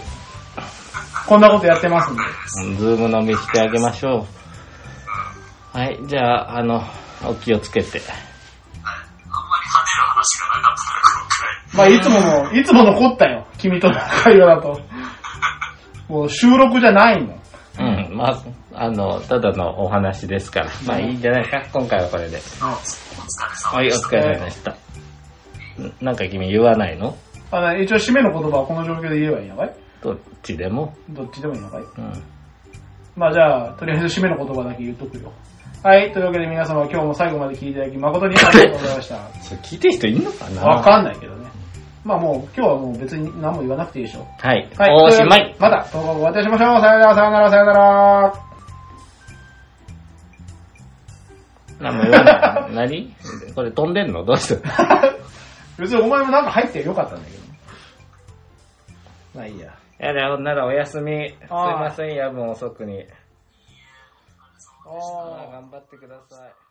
[SPEAKER 1] こんなことやってますんで。
[SPEAKER 2] うんズーム飲みしてあげましょう。はい。じゃあ、あの、お気をつけて。
[SPEAKER 3] はいあんまり跳ねる話がなかったから、今回。
[SPEAKER 1] まあ、いつもの、いつも残ったよ。君との会話だと。もう収録じゃないもん。
[SPEAKER 2] うん。まあ、あの、ただのお話ですから。まあ、いいんじゃないか。今回はこれで。はい、お疲れ様でした。んなんか君言わないの
[SPEAKER 1] あの一応締めの言葉はこの状況で言えばいいのかい
[SPEAKER 2] どっちでも。
[SPEAKER 1] どっちでもいいのかい
[SPEAKER 2] うん。
[SPEAKER 1] まあじゃあ、とりあえず締めの言葉だけ言っとくよ。はい、というわけで皆様今日も最後まで聞いていただき誠にありがとうございました。
[SPEAKER 2] それ聞いてる人いんのかな
[SPEAKER 1] わかんないけどね。まあもう今日はもう別に何も言わなくていいでしょう。
[SPEAKER 2] はい。
[SPEAKER 1] はい、
[SPEAKER 2] おしまい。
[SPEAKER 1] また動画をお渡ししましょう。さよなら、さよなら、さよなら。
[SPEAKER 2] 何も言わない。何これ飛んでんのどうした
[SPEAKER 1] 別にお前もなんか入ってよかったんだけど。まあいいや。
[SPEAKER 2] やだよ、ならおやすみ。すい
[SPEAKER 1] あー
[SPEAKER 2] ません、夜分遅くに。
[SPEAKER 1] あー
[SPEAKER 2] 頑張ってください。